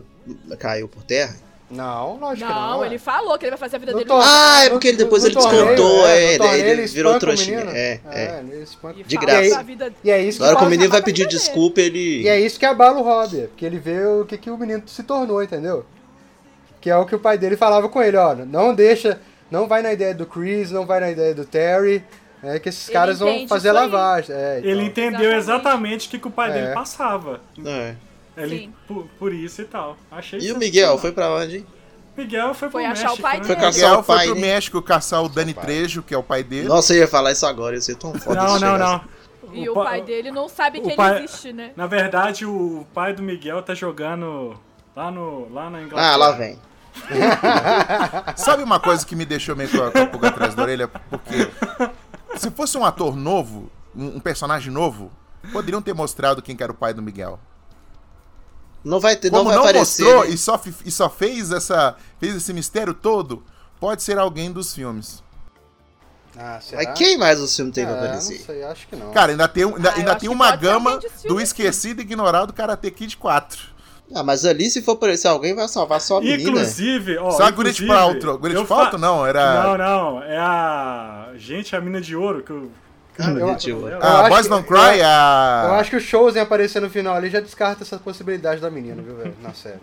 Speaker 2: caiu por terra.
Speaker 3: Não, lógico que
Speaker 5: Não,
Speaker 4: é.
Speaker 3: não.
Speaker 5: ele falou que ele vai fazer a vida
Speaker 3: No
Speaker 5: dele.
Speaker 3: Pô,
Speaker 2: ah, é
Speaker 3: no-
Speaker 2: porque ele depois
Speaker 3: no
Speaker 2: ele
Speaker 3: torneio,
Speaker 2: descontou,
Speaker 3: é, no
Speaker 2: é, ele,
Speaker 3: torneio
Speaker 2: ele
Speaker 3: ele
Speaker 2: virou
Speaker 3: espanca o
Speaker 2: trouxinha.
Speaker 3: menino.
Speaker 2: É, é.
Speaker 3: É, ele espanca.
Speaker 5: e
Speaker 2: de
Speaker 5: fala
Speaker 2: graça.
Speaker 5: da vida
Speaker 3: E é isso que
Speaker 2: Na hora que o
Speaker 5: fala-
Speaker 2: menino vai
Speaker 5: fala
Speaker 2: pedir
Speaker 5: pra ele.
Speaker 2: desculpa, ele.
Speaker 3: E é isso que abala o Rob, porque ele vê o que, que o menino se tornou, entendeu? Que é o que o pai dele falava com ele, ó, não deixa, não vai na ideia do Chris, não vai na ideia do Terry, é que esses
Speaker 5: Ele
Speaker 3: caras vão
Speaker 5: entende
Speaker 3: fazer
Speaker 5: isso aí.
Speaker 3: lavagem. É, então.
Speaker 1: Ele entendeu
Speaker 5: Exatamente.
Speaker 1: exatamente o que, que o pai dele
Speaker 3: É.
Speaker 1: passava.
Speaker 2: É.
Speaker 1: Ele,
Speaker 5: Sim.
Speaker 1: por, por isso e tal. Achei
Speaker 2: E o
Speaker 1: sensacional.
Speaker 2: Miguel, foi pra onde? hein?
Speaker 1: Miguel foi, pro
Speaker 5: Foi achar
Speaker 1: México,
Speaker 5: o pai
Speaker 1: né?
Speaker 5: dele.
Speaker 2: Foi caçar
Speaker 4: Miguel
Speaker 2: o
Speaker 4: foi
Speaker 2: pai,
Speaker 4: pro
Speaker 2: né?
Speaker 4: México caçar o Dani Trejo, que é o pai dele.
Speaker 2: Nossa, eu ia falar isso agora, ia ser tão foda.
Speaker 1: Não,
Speaker 2: se
Speaker 1: não,
Speaker 2: chegasse.
Speaker 1: não.
Speaker 5: E
Speaker 1: O
Speaker 5: o,
Speaker 1: pa-
Speaker 5: pai dele não sabe
Speaker 1: o
Speaker 5: que
Speaker 1: pai-
Speaker 5: ele existe, né?
Speaker 1: Na verdade, o pai do Miguel tá jogando lá, no, lá na Inglaterra.
Speaker 2: Ah, lá vem.
Speaker 4: Sabe uma coisa que me deixou meio com a, com a pulga atrás da orelha? Porque se fosse um ator novo, um, um personagem novo, poderiam ter mostrado quem que era o pai do Miguel.
Speaker 2: Não vai ter, não
Speaker 4: Como
Speaker 2: vai
Speaker 4: não,
Speaker 2: aparecer.
Speaker 4: mostrou
Speaker 2: né?
Speaker 4: e, só, fi- e só fez essa fez esse mistério todo, pode ser alguém dos filmes.
Speaker 3: Ah, será?
Speaker 2: Mas quem mais o filme tem que
Speaker 3: Ah,
Speaker 2: aparecer?
Speaker 3: Não sei, acho que não.
Speaker 4: Cara, ainda tem, um- ainda,
Speaker 5: Ah, eu
Speaker 4: ainda
Speaker 5: acho
Speaker 4: tem
Speaker 5: que
Speaker 4: uma
Speaker 5: pode ser
Speaker 4: gama
Speaker 5: alguém dos
Speaker 4: do
Speaker 5: filmes,
Speaker 4: esquecido e ignorado Karate Kid 4.
Speaker 2: Ah, mas ali se for aparecer alguém, vai salvar só a menina.
Speaker 1: Inclusive, ó.
Speaker 4: Só a Gwyneth
Speaker 1: inclusive,
Speaker 4: Paltrow. Gwyneth
Speaker 1: eu fa-
Speaker 4: Paltrow não,
Speaker 1: Não,
Speaker 4: era...
Speaker 1: não. É a. Gente, a mina de ouro que eu.
Speaker 2: Cara,
Speaker 3: Eu-
Speaker 2: gente, eu-
Speaker 3: eu
Speaker 4: A
Speaker 3: acho
Speaker 4: Boys
Speaker 3: que-
Speaker 4: Don't Cry, a...
Speaker 3: Eu acho que o Shows em aparecer no final ali já descarta essa possibilidade da menina, viu, velho? Na
Speaker 4: [laughs]
Speaker 3: série.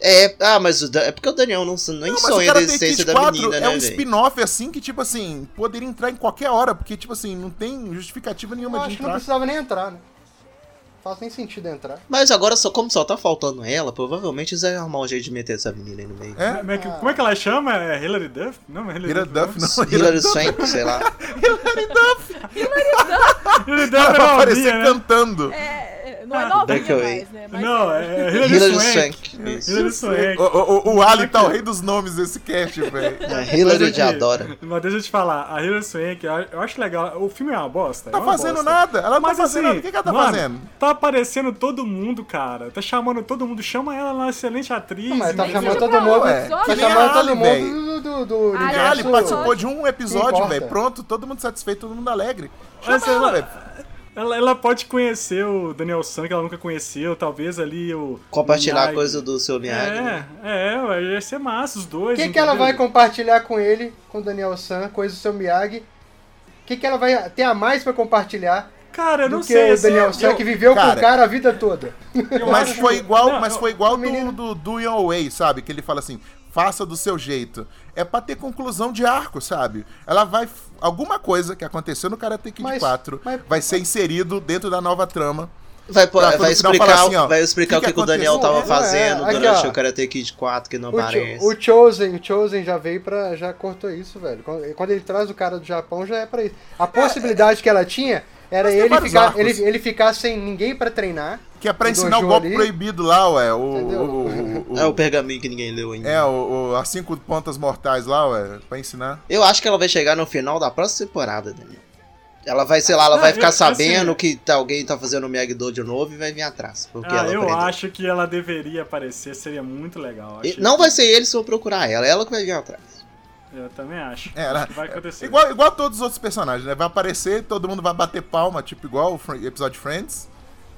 Speaker 2: É, ah, mas o Dan- é porque o Daniel não nem
Speaker 4: Não, mas o
Speaker 2: sonha da
Speaker 4: Karate
Speaker 2: existência
Speaker 4: Kid
Speaker 2: da
Speaker 4: 4
Speaker 2: menina,
Speaker 4: é
Speaker 2: né,
Speaker 4: um
Speaker 2: velho?
Speaker 4: spin-off assim que, tipo assim, poderia entrar em qualquer hora, porque, tipo assim, não tem justificativa
Speaker 3: Eu
Speaker 4: nenhuma de
Speaker 3: acho que não
Speaker 4: entrar.
Speaker 3: precisava nem entrar, né? Não faz nem sentido entrar.
Speaker 2: Mas agora, só, como só tá faltando ela, provavelmente eles vão arrumar um jeito de meter essa menina aí no
Speaker 4: [laughs]
Speaker 2: meio.
Speaker 4: É?
Speaker 1: Como é, que, como é que ela chama? É Hilary Duff? Não, é Hilary
Speaker 4: Hilary Duff, não.
Speaker 2: Hilary Swank, sei
Speaker 4: [laughs]
Speaker 2: lá.
Speaker 1: Hilary Duff
Speaker 4: [laughs] Ela
Speaker 1: era
Speaker 4: vai
Speaker 1: uma
Speaker 4: aparecer
Speaker 1: minha, né?
Speaker 4: cantando.
Speaker 5: É, não é
Speaker 2: Back
Speaker 5: novinha
Speaker 2: away.
Speaker 5: mais, né? Mas
Speaker 1: Ah, Não, é Hilary
Speaker 2: Hilary
Speaker 1: Swank.
Speaker 2: Swank.
Speaker 1: Hilary Swank.
Speaker 4: O, o, o, o Ali tá o rei dos nomes desse cast, velho.
Speaker 2: É,
Speaker 1: Mas
Speaker 2: Hilary
Speaker 1: aqui,
Speaker 2: te adora.
Speaker 1: Mas deixa eu te falar, a Hilary Swank, eu eu acho legal. O filme é uma bosta. é
Speaker 4: Tá
Speaker 1: uma
Speaker 4: fazendo
Speaker 1: bosta.
Speaker 4: nada. Ela não tá
Speaker 1: Mas
Speaker 4: fazendo nada.
Speaker 1: assim,
Speaker 4: O que, que ela tá
Speaker 1: mano,
Speaker 4: fazendo?
Speaker 1: Tá aparecendo todo mundo, cara. Tá chamando todo mundo. Chama ela, ela é uma excelente atriz.
Speaker 3: Não, mas tá
Speaker 1: né?
Speaker 3: chamando
Speaker 5: seja
Speaker 3: todo
Speaker 5: pra
Speaker 3: mundo.
Speaker 5: outros
Speaker 3: Tá
Speaker 5: olhos.
Speaker 4: Que nem
Speaker 3: chamando todo
Speaker 4: Ali,
Speaker 3: mundo do, do, do
Speaker 5: Ali
Speaker 4: A
Speaker 5: Aliás,
Speaker 4: Ali
Speaker 5: o-
Speaker 4: participou de um episódio,
Speaker 3: importa.
Speaker 4: velho. Pronto, todo mundo satisfeito, todo mundo alegre.
Speaker 1: Mas assim,
Speaker 4: Chama ela,
Speaker 1: ela-
Speaker 4: velho.
Speaker 1: Ela, ela pode conhecer o Daniel San, que ela nunca conheceu. Talvez ali o.
Speaker 2: Compartilhar
Speaker 1: Miyagi.
Speaker 2: coisa do seu Miyagi. né?
Speaker 1: É, é, ué, ia ser massa os
Speaker 3: O
Speaker 1: dois.
Speaker 3: que, que ela
Speaker 1: entendeu?
Speaker 3: vai compartilhar com ele, com o Daniel San, coisa do seu Miyagi? O que, que ela vai ter a mais pra compartilhar
Speaker 1: Cara, eu
Speaker 3: do
Speaker 1: não
Speaker 3: que
Speaker 1: sei.
Speaker 3: o Daniel
Speaker 1: assim,
Speaker 3: San,
Speaker 1: eu-
Speaker 3: que viveu com
Speaker 4: Cara.
Speaker 3: o cara a vida toda?
Speaker 1: eu
Speaker 4: Mas
Speaker 1: acho-
Speaker 4: foi igual,
Speaker 1: não,
Speaker 4: mas
Speaker 1: eu-
Speaker 4: foi igual do,
Speaker 3: menino-
Speaker 4: do, do Your Way, sabe? Que ele fala assim, faça do seu jeito. É pra ter conclusão de arco, sabe? Ela vai. f- Alguma coisa que aconteceu no Karate Kid
Speaker 3: Mas-
Speaker 4: 4
Speaker 3: mas-
Speaker 4: vai ser inserido dentro da nova trama.
Speaker 2: Vai, pô-
Speaker 4: Tá, quando
Speaker 2: vai
Speaker 4: o final
Speaker 2: explicar,
Speaker 4: fala assim, ó,
Speaker 2: vai explicar o que,
Speaker 4: que
Speaker 2: que o
Speaker 4: aconteceu?
Speaker 2: Daniel tava
Speaker 3: É, é,
Speaker 2: fazendo
Speaker 3: aqui,
Speaker 2: durante
Speaker 3: ó.
Speaker 2: o Karate Kid 4 que não
Speaker 3: O, Cho-
Speaker 2: aparece.
Speaker 3: o Chosen, o Chosen já veio pra. já cortou isso, velho. Quando, quando ele traz o cara do Japão, já é pra isso. A possibilidade que ela tinha era
Speaker 4: tem
Speaker 3: ele
Speaker 4: vários
Speaker 3: ficar,
Speaker 4: arcos.
Speaker 3: ele, ele ficar sem ninguém pra treinar.
Speaker 4: Que é pra
Speaker 3: Do
Speaker 4: ensinar o
Speaker 3: Dojo
Speaker 4: golpe
Speaker 3: ali.
Speaker 4: proibido lá, ué. O,
Speaker 3: Entendeu?
Speaker 4: o, o- o-
Speaker 2: É o pergaminho que ninguém leu ainda.
Speaker 4: é, o- o- as cinco pontas mortais lá, ué. Pra ensinar.
Speaker 2: Eu acho que ela vai chegar no final da próxima temporada, Daniel. Ela vai, sei lá, ela
Speaker 1: Ah,
Speaker 2: vai
Speaker 1: eu-
Speaker 2: ficar
Speaker 1: assim-
Speaker 2: sabendo que tá- alguém tá fazendo o Miyagi-Do de novo e vai vir atrás. Porque
Speaker 1: Ah,
Speaker 2: ela
Speaker 1: eu
Speaker 2: aprendeu.
Speaker 1: acho que ela deveria aparecer, seria muito legal.
Speaker 2: E
Speaker 1: achei.
Speaker 2: Não vai ser eles que vão procurar ela, ela que vai vir atrás.
Speaker 1: Eu também acho.
Speaker 4: É,
Speaker 1: acho
Speaker 4: ela-
Speaker 1: que vai acontecer.
Speaker 4: Igual, igual a todos os outros personagens, né? Vai aparecer, todo mundo vai bater palma, tipo igual o Fr- episódio Friends.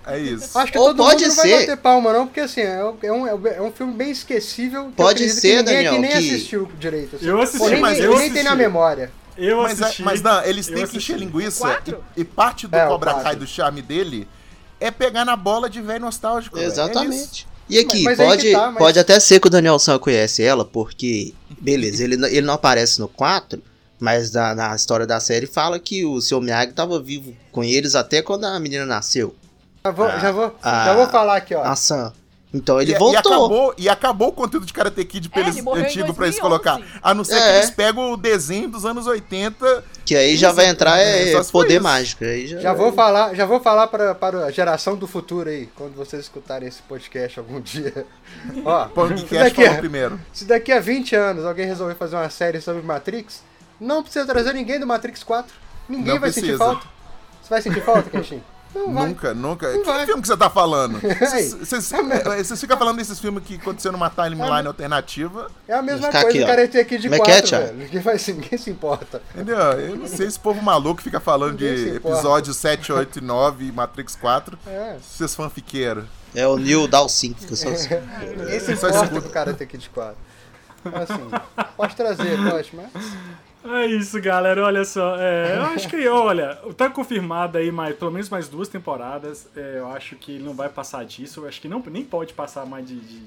Speaker 4: É isso.
Speaker 3: [laughs] Acho que
Speaker 2: Ou
Speaker 3: todo
Speaker 2: pode
Speaker 3: mundo não
Speaker 2: ser-
Speaker 3: vai bater palma, não, porque assim, é um, é um, é um filme bem esquecível. que eu
Speaker 2: Pode
Speaker 3: acredito
Speaker 2: ser,
Speaker 3: que ninguém aqui
Speaker 2: Daniel,
Speaker 3: nem
Speaker 2: que-
Speaker 3: assistiu direito. assim.
Speaker 1: Eu assisti,
Speaker 3: Ou nem,
Speaker 4: mas
Speaker 3: nem-
Speaker 1: eu
Speaker 3: nem tem na
Speaker 1: assisti.
Speaker 3: memória.
Speaker 1: Eu
Speaker 4: Mas, é,
Speaker 1: assisti.
Speaker 4: mas não, eles
Speaker 1: eu
Speaker 4: têm que
Speaker 1: assisti.
Speaker 4: encher linguiça.
Speaker 5: Quatro?
Speaker 4: E, e parte do
Speaker 3: É, o
Speaker 4: Cobra Kai
Speaker 3: quatro.
Speaker 4: do charme dele é pegar na bola de velho nostálgico. velho. É isso.
Speaker 2: Exatamente. E aqui,
Speaker 3: Mas- mas aí
Speaker 2: pode,
Speaker 3: que tá, mas-
Speaker 2: pode até ser que o Daniel San conhece ela, porque, beleza, ele, não- ele não aparece no 4, mas na, na história da série fala que o seu Miyagi tava vivo com eles até quando a menina nasceu,
Speaker 3: Já vou, já vou,
Speaker 2: ah,
Speaker 3: já vou falar aqui, ó.
Speaker 2: a San. Então ele
Speaker 4: e, e
Speaker 2: voltou.
Speaker 4: acabou, e acabou o conteúdo de Karate Kid pra
Speaker 5: É,
Speaker 4: eles,
Speaker 5: ele morreu em
Speaker 4: antigo pra eles
Speaker 5: 2011.
Speaker 4: colocar. A não ser que
Speaker 2: É.
Speaker 4: eles pegam o desenho dos anos 80.
Speaker 2: que aí já vai entrar é,
Speaker 4: É, só se for
Speaker 2: poder
Speaker 4: isso.
Speaker 2: mágico. Aí já, é.
Speaker 3: Já vou falar, já vou falar para, para a geração do futuro aí, quando vocês escutarem esse podcast
Speaker 2: [laughs]
Speaker 3: algum dia. Ó,
Speaker 4: Pô, o
Speaker 3: se
Speaker 4: que Cash
Speaker 3: daqui,
Speaker 4: falou
Speaker 3: a,
Speaker 4: primeiro.
Speaker 3: se daqui a 20 anos alguém resolver fazer uma série sobre Matrix, não precisa trazer ninguém do Matrix 4. Ninguém
Speaker 4: Não
Speaker 3: vai
Speaker 4: precisa.
Speaker 3: sentir falta. Você vai sentir falta,
Speaker 2: [laughs]
Speaker 3: Kenshin? Não vai.
Speaker 4: Nunca, nunca.
Speaker 3: Não
Speaker 4: que
Speaker 3: vai.
Speaker 4: filme que você
Speaker 3: [laughs]
Speaker 4: tá falando?
Speaker 3: Ei.
Speaker 4: é, Vocês ficam falando desses filmes que aconteceu numa timeline alternativa,
Speaker 3: É a mesma
Speaker 2: ficar
Speaker 3: coisa
Speaker 2: aqui,
Speaker 3: o
Speaker 2: ó.
Speaker 3: cara ter aqui de
Speaker 2: Como é
Speaker 3: 4,
Speaker 2: que é, Thiago?
Speaker 3: velho. Ninguém, vai, se- ninguém se importa.
Speaker 4: entendeu? Eu não sei esse povo maluco que fica falando de
Speaker 3: Ninguém se importa.
Speaker 4: episódio 7, 8 e 9 e Matrix 4.
Speaker 3: É.
Speaker 4: Vocês fanfiqueiros.
Speaker 2: É o Neil Dalsyn que eu sou
Speaker 4: [laughs]
Speaker 2: assim.
Speaker 3: Ninguém se
Speaker 4: Só
Speaker 3: importa
Speaker 4: escuta.
Speaker 3: do cara ter aqui de 4. Então, assim, pode trazer, pode, mas...
Speaker 1: É isso, galera. Olha só. é, eu acho que, olha, tá confirmada aí mais, pelo menos mais duas temporadas. É, eu acho que ele não vai passar disso. Eu acho que não, nem pode passar mais de, de-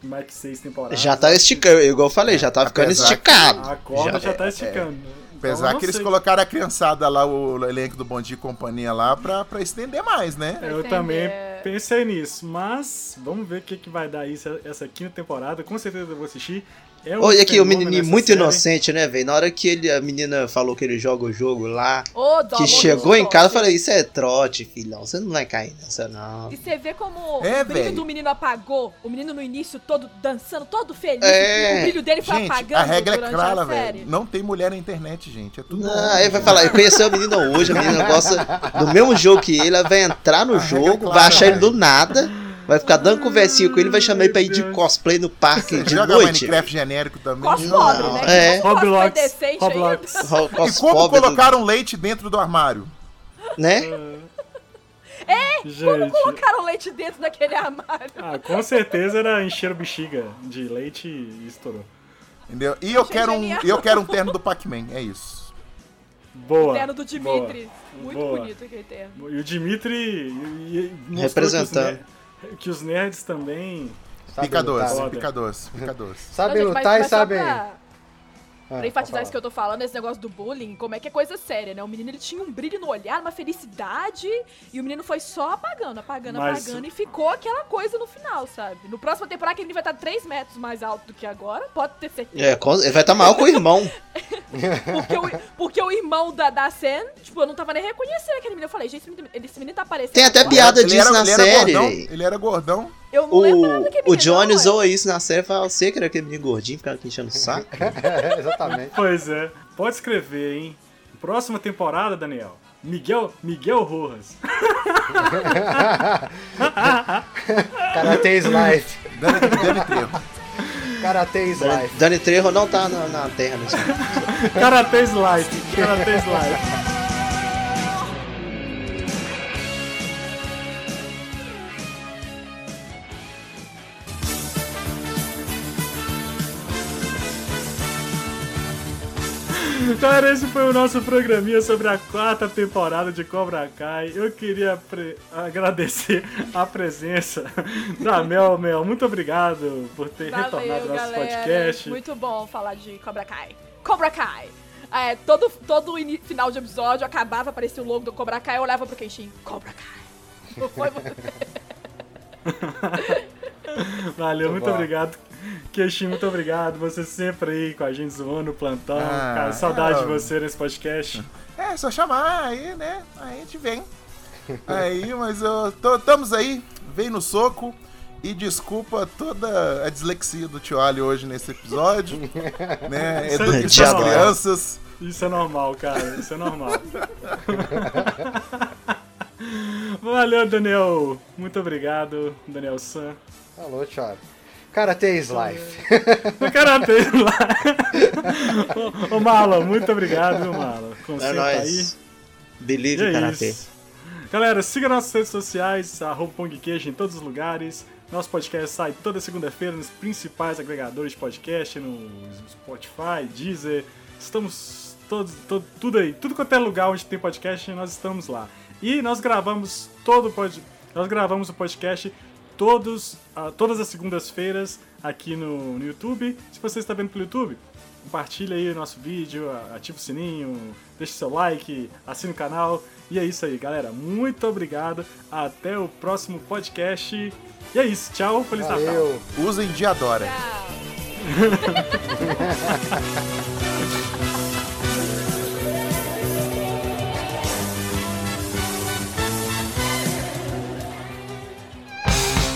Speaker 1: de mais que seis temporadas.
Speaker 2: Já tá esticando, igual eu falei, já tá ficando
Speaker 4: apesar que-
Speaker 2: esticado.
Speaker 1: A corda já,
Speaker 2: Já-
Speaker 1: tá esticando. Então, eu
Speaker 4: Apesar
Speaker 1: não
Speaker 4: que eles
Speaker 1: sei.
Speaker 4: colocaram a criançada lá, o elenco do Bom Dia e Companhia lá, pra, pra estender mais, né?
Speaker 1: É, Eu
Speaker 5: Entender,
Speaker 1: também Pensei nisso, mas vamos ver o que, que vai dar isso essa quinta temporada. Com certeza eu vou assistir. É um
Speaker 2: Olha aqui, o
Speaker 1: fenômeno
Speaker 2: menininho
Speaker 1: essa
Speaker 2: muito
Speaker 1: série.
Speaker 2: inocente, né, velho? Na hora que ele, a menina falou que ele joga o jogo lá,
Speaker 5: Ô, dó,
Speaker 2: que
Speaker 5: amor,
Speaker 2: chegou em
Speaker 5: dó.
Speaker 2: casa, eu falei, isso é trote, filhão. Você não vai cair nessa, não.
Speaker 5: E você vê como
Speaker 4: É,
Speaker 5: o brilho
Speaker 4: velho.
Speaker 5: do menino apagou. O menino no início todo dançando, todo feliz.
Speaker 2: É.
Speaker 5: O brilho dele foi
Speaker 4: Gente,
Speaker 5: apagando
Speaker 4: a regra é
Speaker 5: durante
Speaker 4: clara,
Speaker 5: a série.
Speaker 4: velho. Não tem mulher na internet, gente. É tudo.
Speaker 2: Não,
Speaker 4: homem,
Speaker 2: aí vai
Speaker 4: gente.
Speaker 2: falar, conheceu a menina hoje, a menina gosta do mesmo jogo que ele, ela vai entrar no
Speaker 4: A regra é
Speaker 2: jogo,
Speaker 4: clara,
Speaker 2: vai achar ele
Speaker 4: velho.
Speaker 2: do nada, vai ficar dando conversinha com ele, vai chamar ele pra ir de cosplay no parque de
Speaker 4: Joga
Speaker 2: noite.
Speaker 4: Minecraft genérico também.
Speaker 5: Cos
Speaker 4: Não.
Speaker 5: pobre, né?
Speaker 2: é.
Speaker 5: Que cos pobre
Speaker 1: Roblox,
Speaker 5: decente
Speaker 1: Roblox.
Speaker 5: ainda.
Speaker 2: Ro-
Speaker 4: E como
Speaker 2: Cospobre, do-
Speaker 4: colocaram leite dentro do armário?
Speaker 2: né?
Speaker 1: Gente,
Speaker 5: [laughs] Colocaram leite dentro daquele armário.
Speaker 1: ah, com certeza era encher bexiga de leite e estourou.
Speaker 4: Entendeu? E eu
Speaker 5: Achei
Speaker 4: quero, um,
Speaker 5: genial.
Speaker 4: eu quero um terno do Pac-Man, é isso.
Speaker 1: Boa.
Speaker 5: Terno do
Speaker 1: boa.
Speaker 5: Dimitri. Muito
Speaker 1: Boa.
Speaker 5: bonito aquele terno.
Speaker 1: E o Dimitri e- e- mostrou
Speaker 2: Representando.
Speaker 1: Que os, ner- que os nerds também.
Speaker 3: Sabe tá?
Speaker 4: Pica
Speaker 3: lutar. né?
Speaker 4: doce,
Speaker 1: Foda.
Speaker 4: pica doce, pica doce.
Speaker 3: Sabem
Speaker 5: Não, Então, gente, mas-
Speaker 3: lutar e
Speaker 5: mas só
Speaker 3: sabem.
Speaker 5: Pra,
Speaker 3: Ah,
Speaker 5: pra enfatizar isso que
Speaker 3: pode
Speaker 5: eu tô falando, esse negócio do bullying, como é que é coisa séria, né? O menino ele tinha um brilho no olhar, uma felicidade, e o menino foi só apagando, apagando,
Speaker 1: Mas-
Speaker 5: apagando, e ficou aquela coisa no final, sabe? No próximo temporada que ele vai estar 3 metros mais alto do que agora, pode ter
Speaker 2: [laughs]
Speaker 5: certeza.
Speaker 2: É, com- ele vai estar maior que o irmão.
Speaker 5: Porque o, porque o irmão da, da Sen, tipo, eu não tava nem reconhecendo aquele menino. Eu falei, gente, esse menino, esse menino tá aparecendo.
Speaker 2: Tem até
Speaker 5: agora?
Speaker 2: [laughs] piada. Nada disso na série,
Speaker 4: gordão,
Speaker 2: véi.
Speaker 4: ele era gordão.
Speaker 5: Eu não lembrava daquele
Speaker 2: O, o
Speaker 5: menino,
Speaker 2: Johnny
Speaker 5: não, é.
Speaker 2: zoa isso na série, fala, você que era aquele menino gordinho, ficava aqui enchendo o saco.
Speaker 3: falar. [laughs] É, Exatamente.
Speaker 1: Pois é. Pode escrever, hein? Próxima temporada, Daniel. Miguel, Miguel Rojas.
Speaker 3: Karatez Life.
Speaker 4: Dani, Dani Trejo.
Speaker 3: Karatez Life.
Speaker 2: Dani Trejo não tá na, na terra
Speaker 1: [laughs]
Speaker 2: nesse momento.
Speaker 1: Karate Slide. Karate Slide. Cara, esse foi o nosso programinha sobre a quarta temporada de Cobra Kai. Eu queria pre- agradecer a presença da Mel. Mel, muito obrigado por ter retornado ao
Speaker 5: Valeu,
Speaker 1: nosso
Speaker 5: galera.
Speaker 1: podcast.
Speaker 5: Muito bom falar de Cobra Kai. Cobra Kai. É, todo todo ini- final de episódio acabava, aparecia o logo do Cobra Kai, eu olhava pro Kenshin, Cobra Kai. [laughs] Não foi você?
Speaker 2: Então
Speaker 1: Valeu, muito
Speaker 3: bom.
Speaker 1: obrigado. Queixinho, muito obrigado. Você sempre aí com a gente zoando o plantão.
Speaker 4: Ah,
Speaker 1: Cara, saudade
Speaker 4: é,
Speaker 1: de você nesse podcast.
Speaker 4: [laughs] É, só chamar, aí, né? Aí a gente vem. Aí, mas eu. Tô, tamos aí, vem no soco. E desculpa toda a dislexia do Tio Ali hoje nesse episódio. né?
Speaker 1: Isso é
Speaker 4: Eduque suas
Speaker 2: idiota.
Speaker 4: crianças.
Speaker 1: Isso é normal, cara. Isso é normal. [laughs] Valeu, Daniel. Muito obrigado, Daniel San.
Speaker 3: Alô, Thiago. Karatez Life.
Speaker 1: O cara teve lá. [laughs] Ô, ô, Marlon, muito obrigado, viu, Marlon?
Speaker 2: É
Speaker 1: Concentra aí.
Speaker 2: nóis. Believe
Speaker 1: E
Speaker 2: em
Speaker 1: é
Speaker 2: Karatê.
Speaker 1: isso. Galera, siga nossas redes sociais, arroba Pong Queijo em todos os lugares. Nosso podcast sai toda segunda-feira nos principais agregadores de podcast, no Spotify, Deezer. Estamos todos, todo- tudo aí, tudo quanto é lugar onde tem podcast, nós estamos lá. E nós gravamos todo o pod, nós gravamos o podcast todos, ah, todas as segundas-feiras aqui no, no YouTube. Se você está vendo pelo YouTube, compartilha aí o nosso vídeo, a- ativa o sininho, deixa o seu like, assina o canal. E é isso aí, galera. Muito obrigado. Até o próximo podcast. E é isso. Tchau. Feliz Natal.
Speaker 3: Valeu.
Speaker 4: Usem Diadora.
Speaker 5: Ah.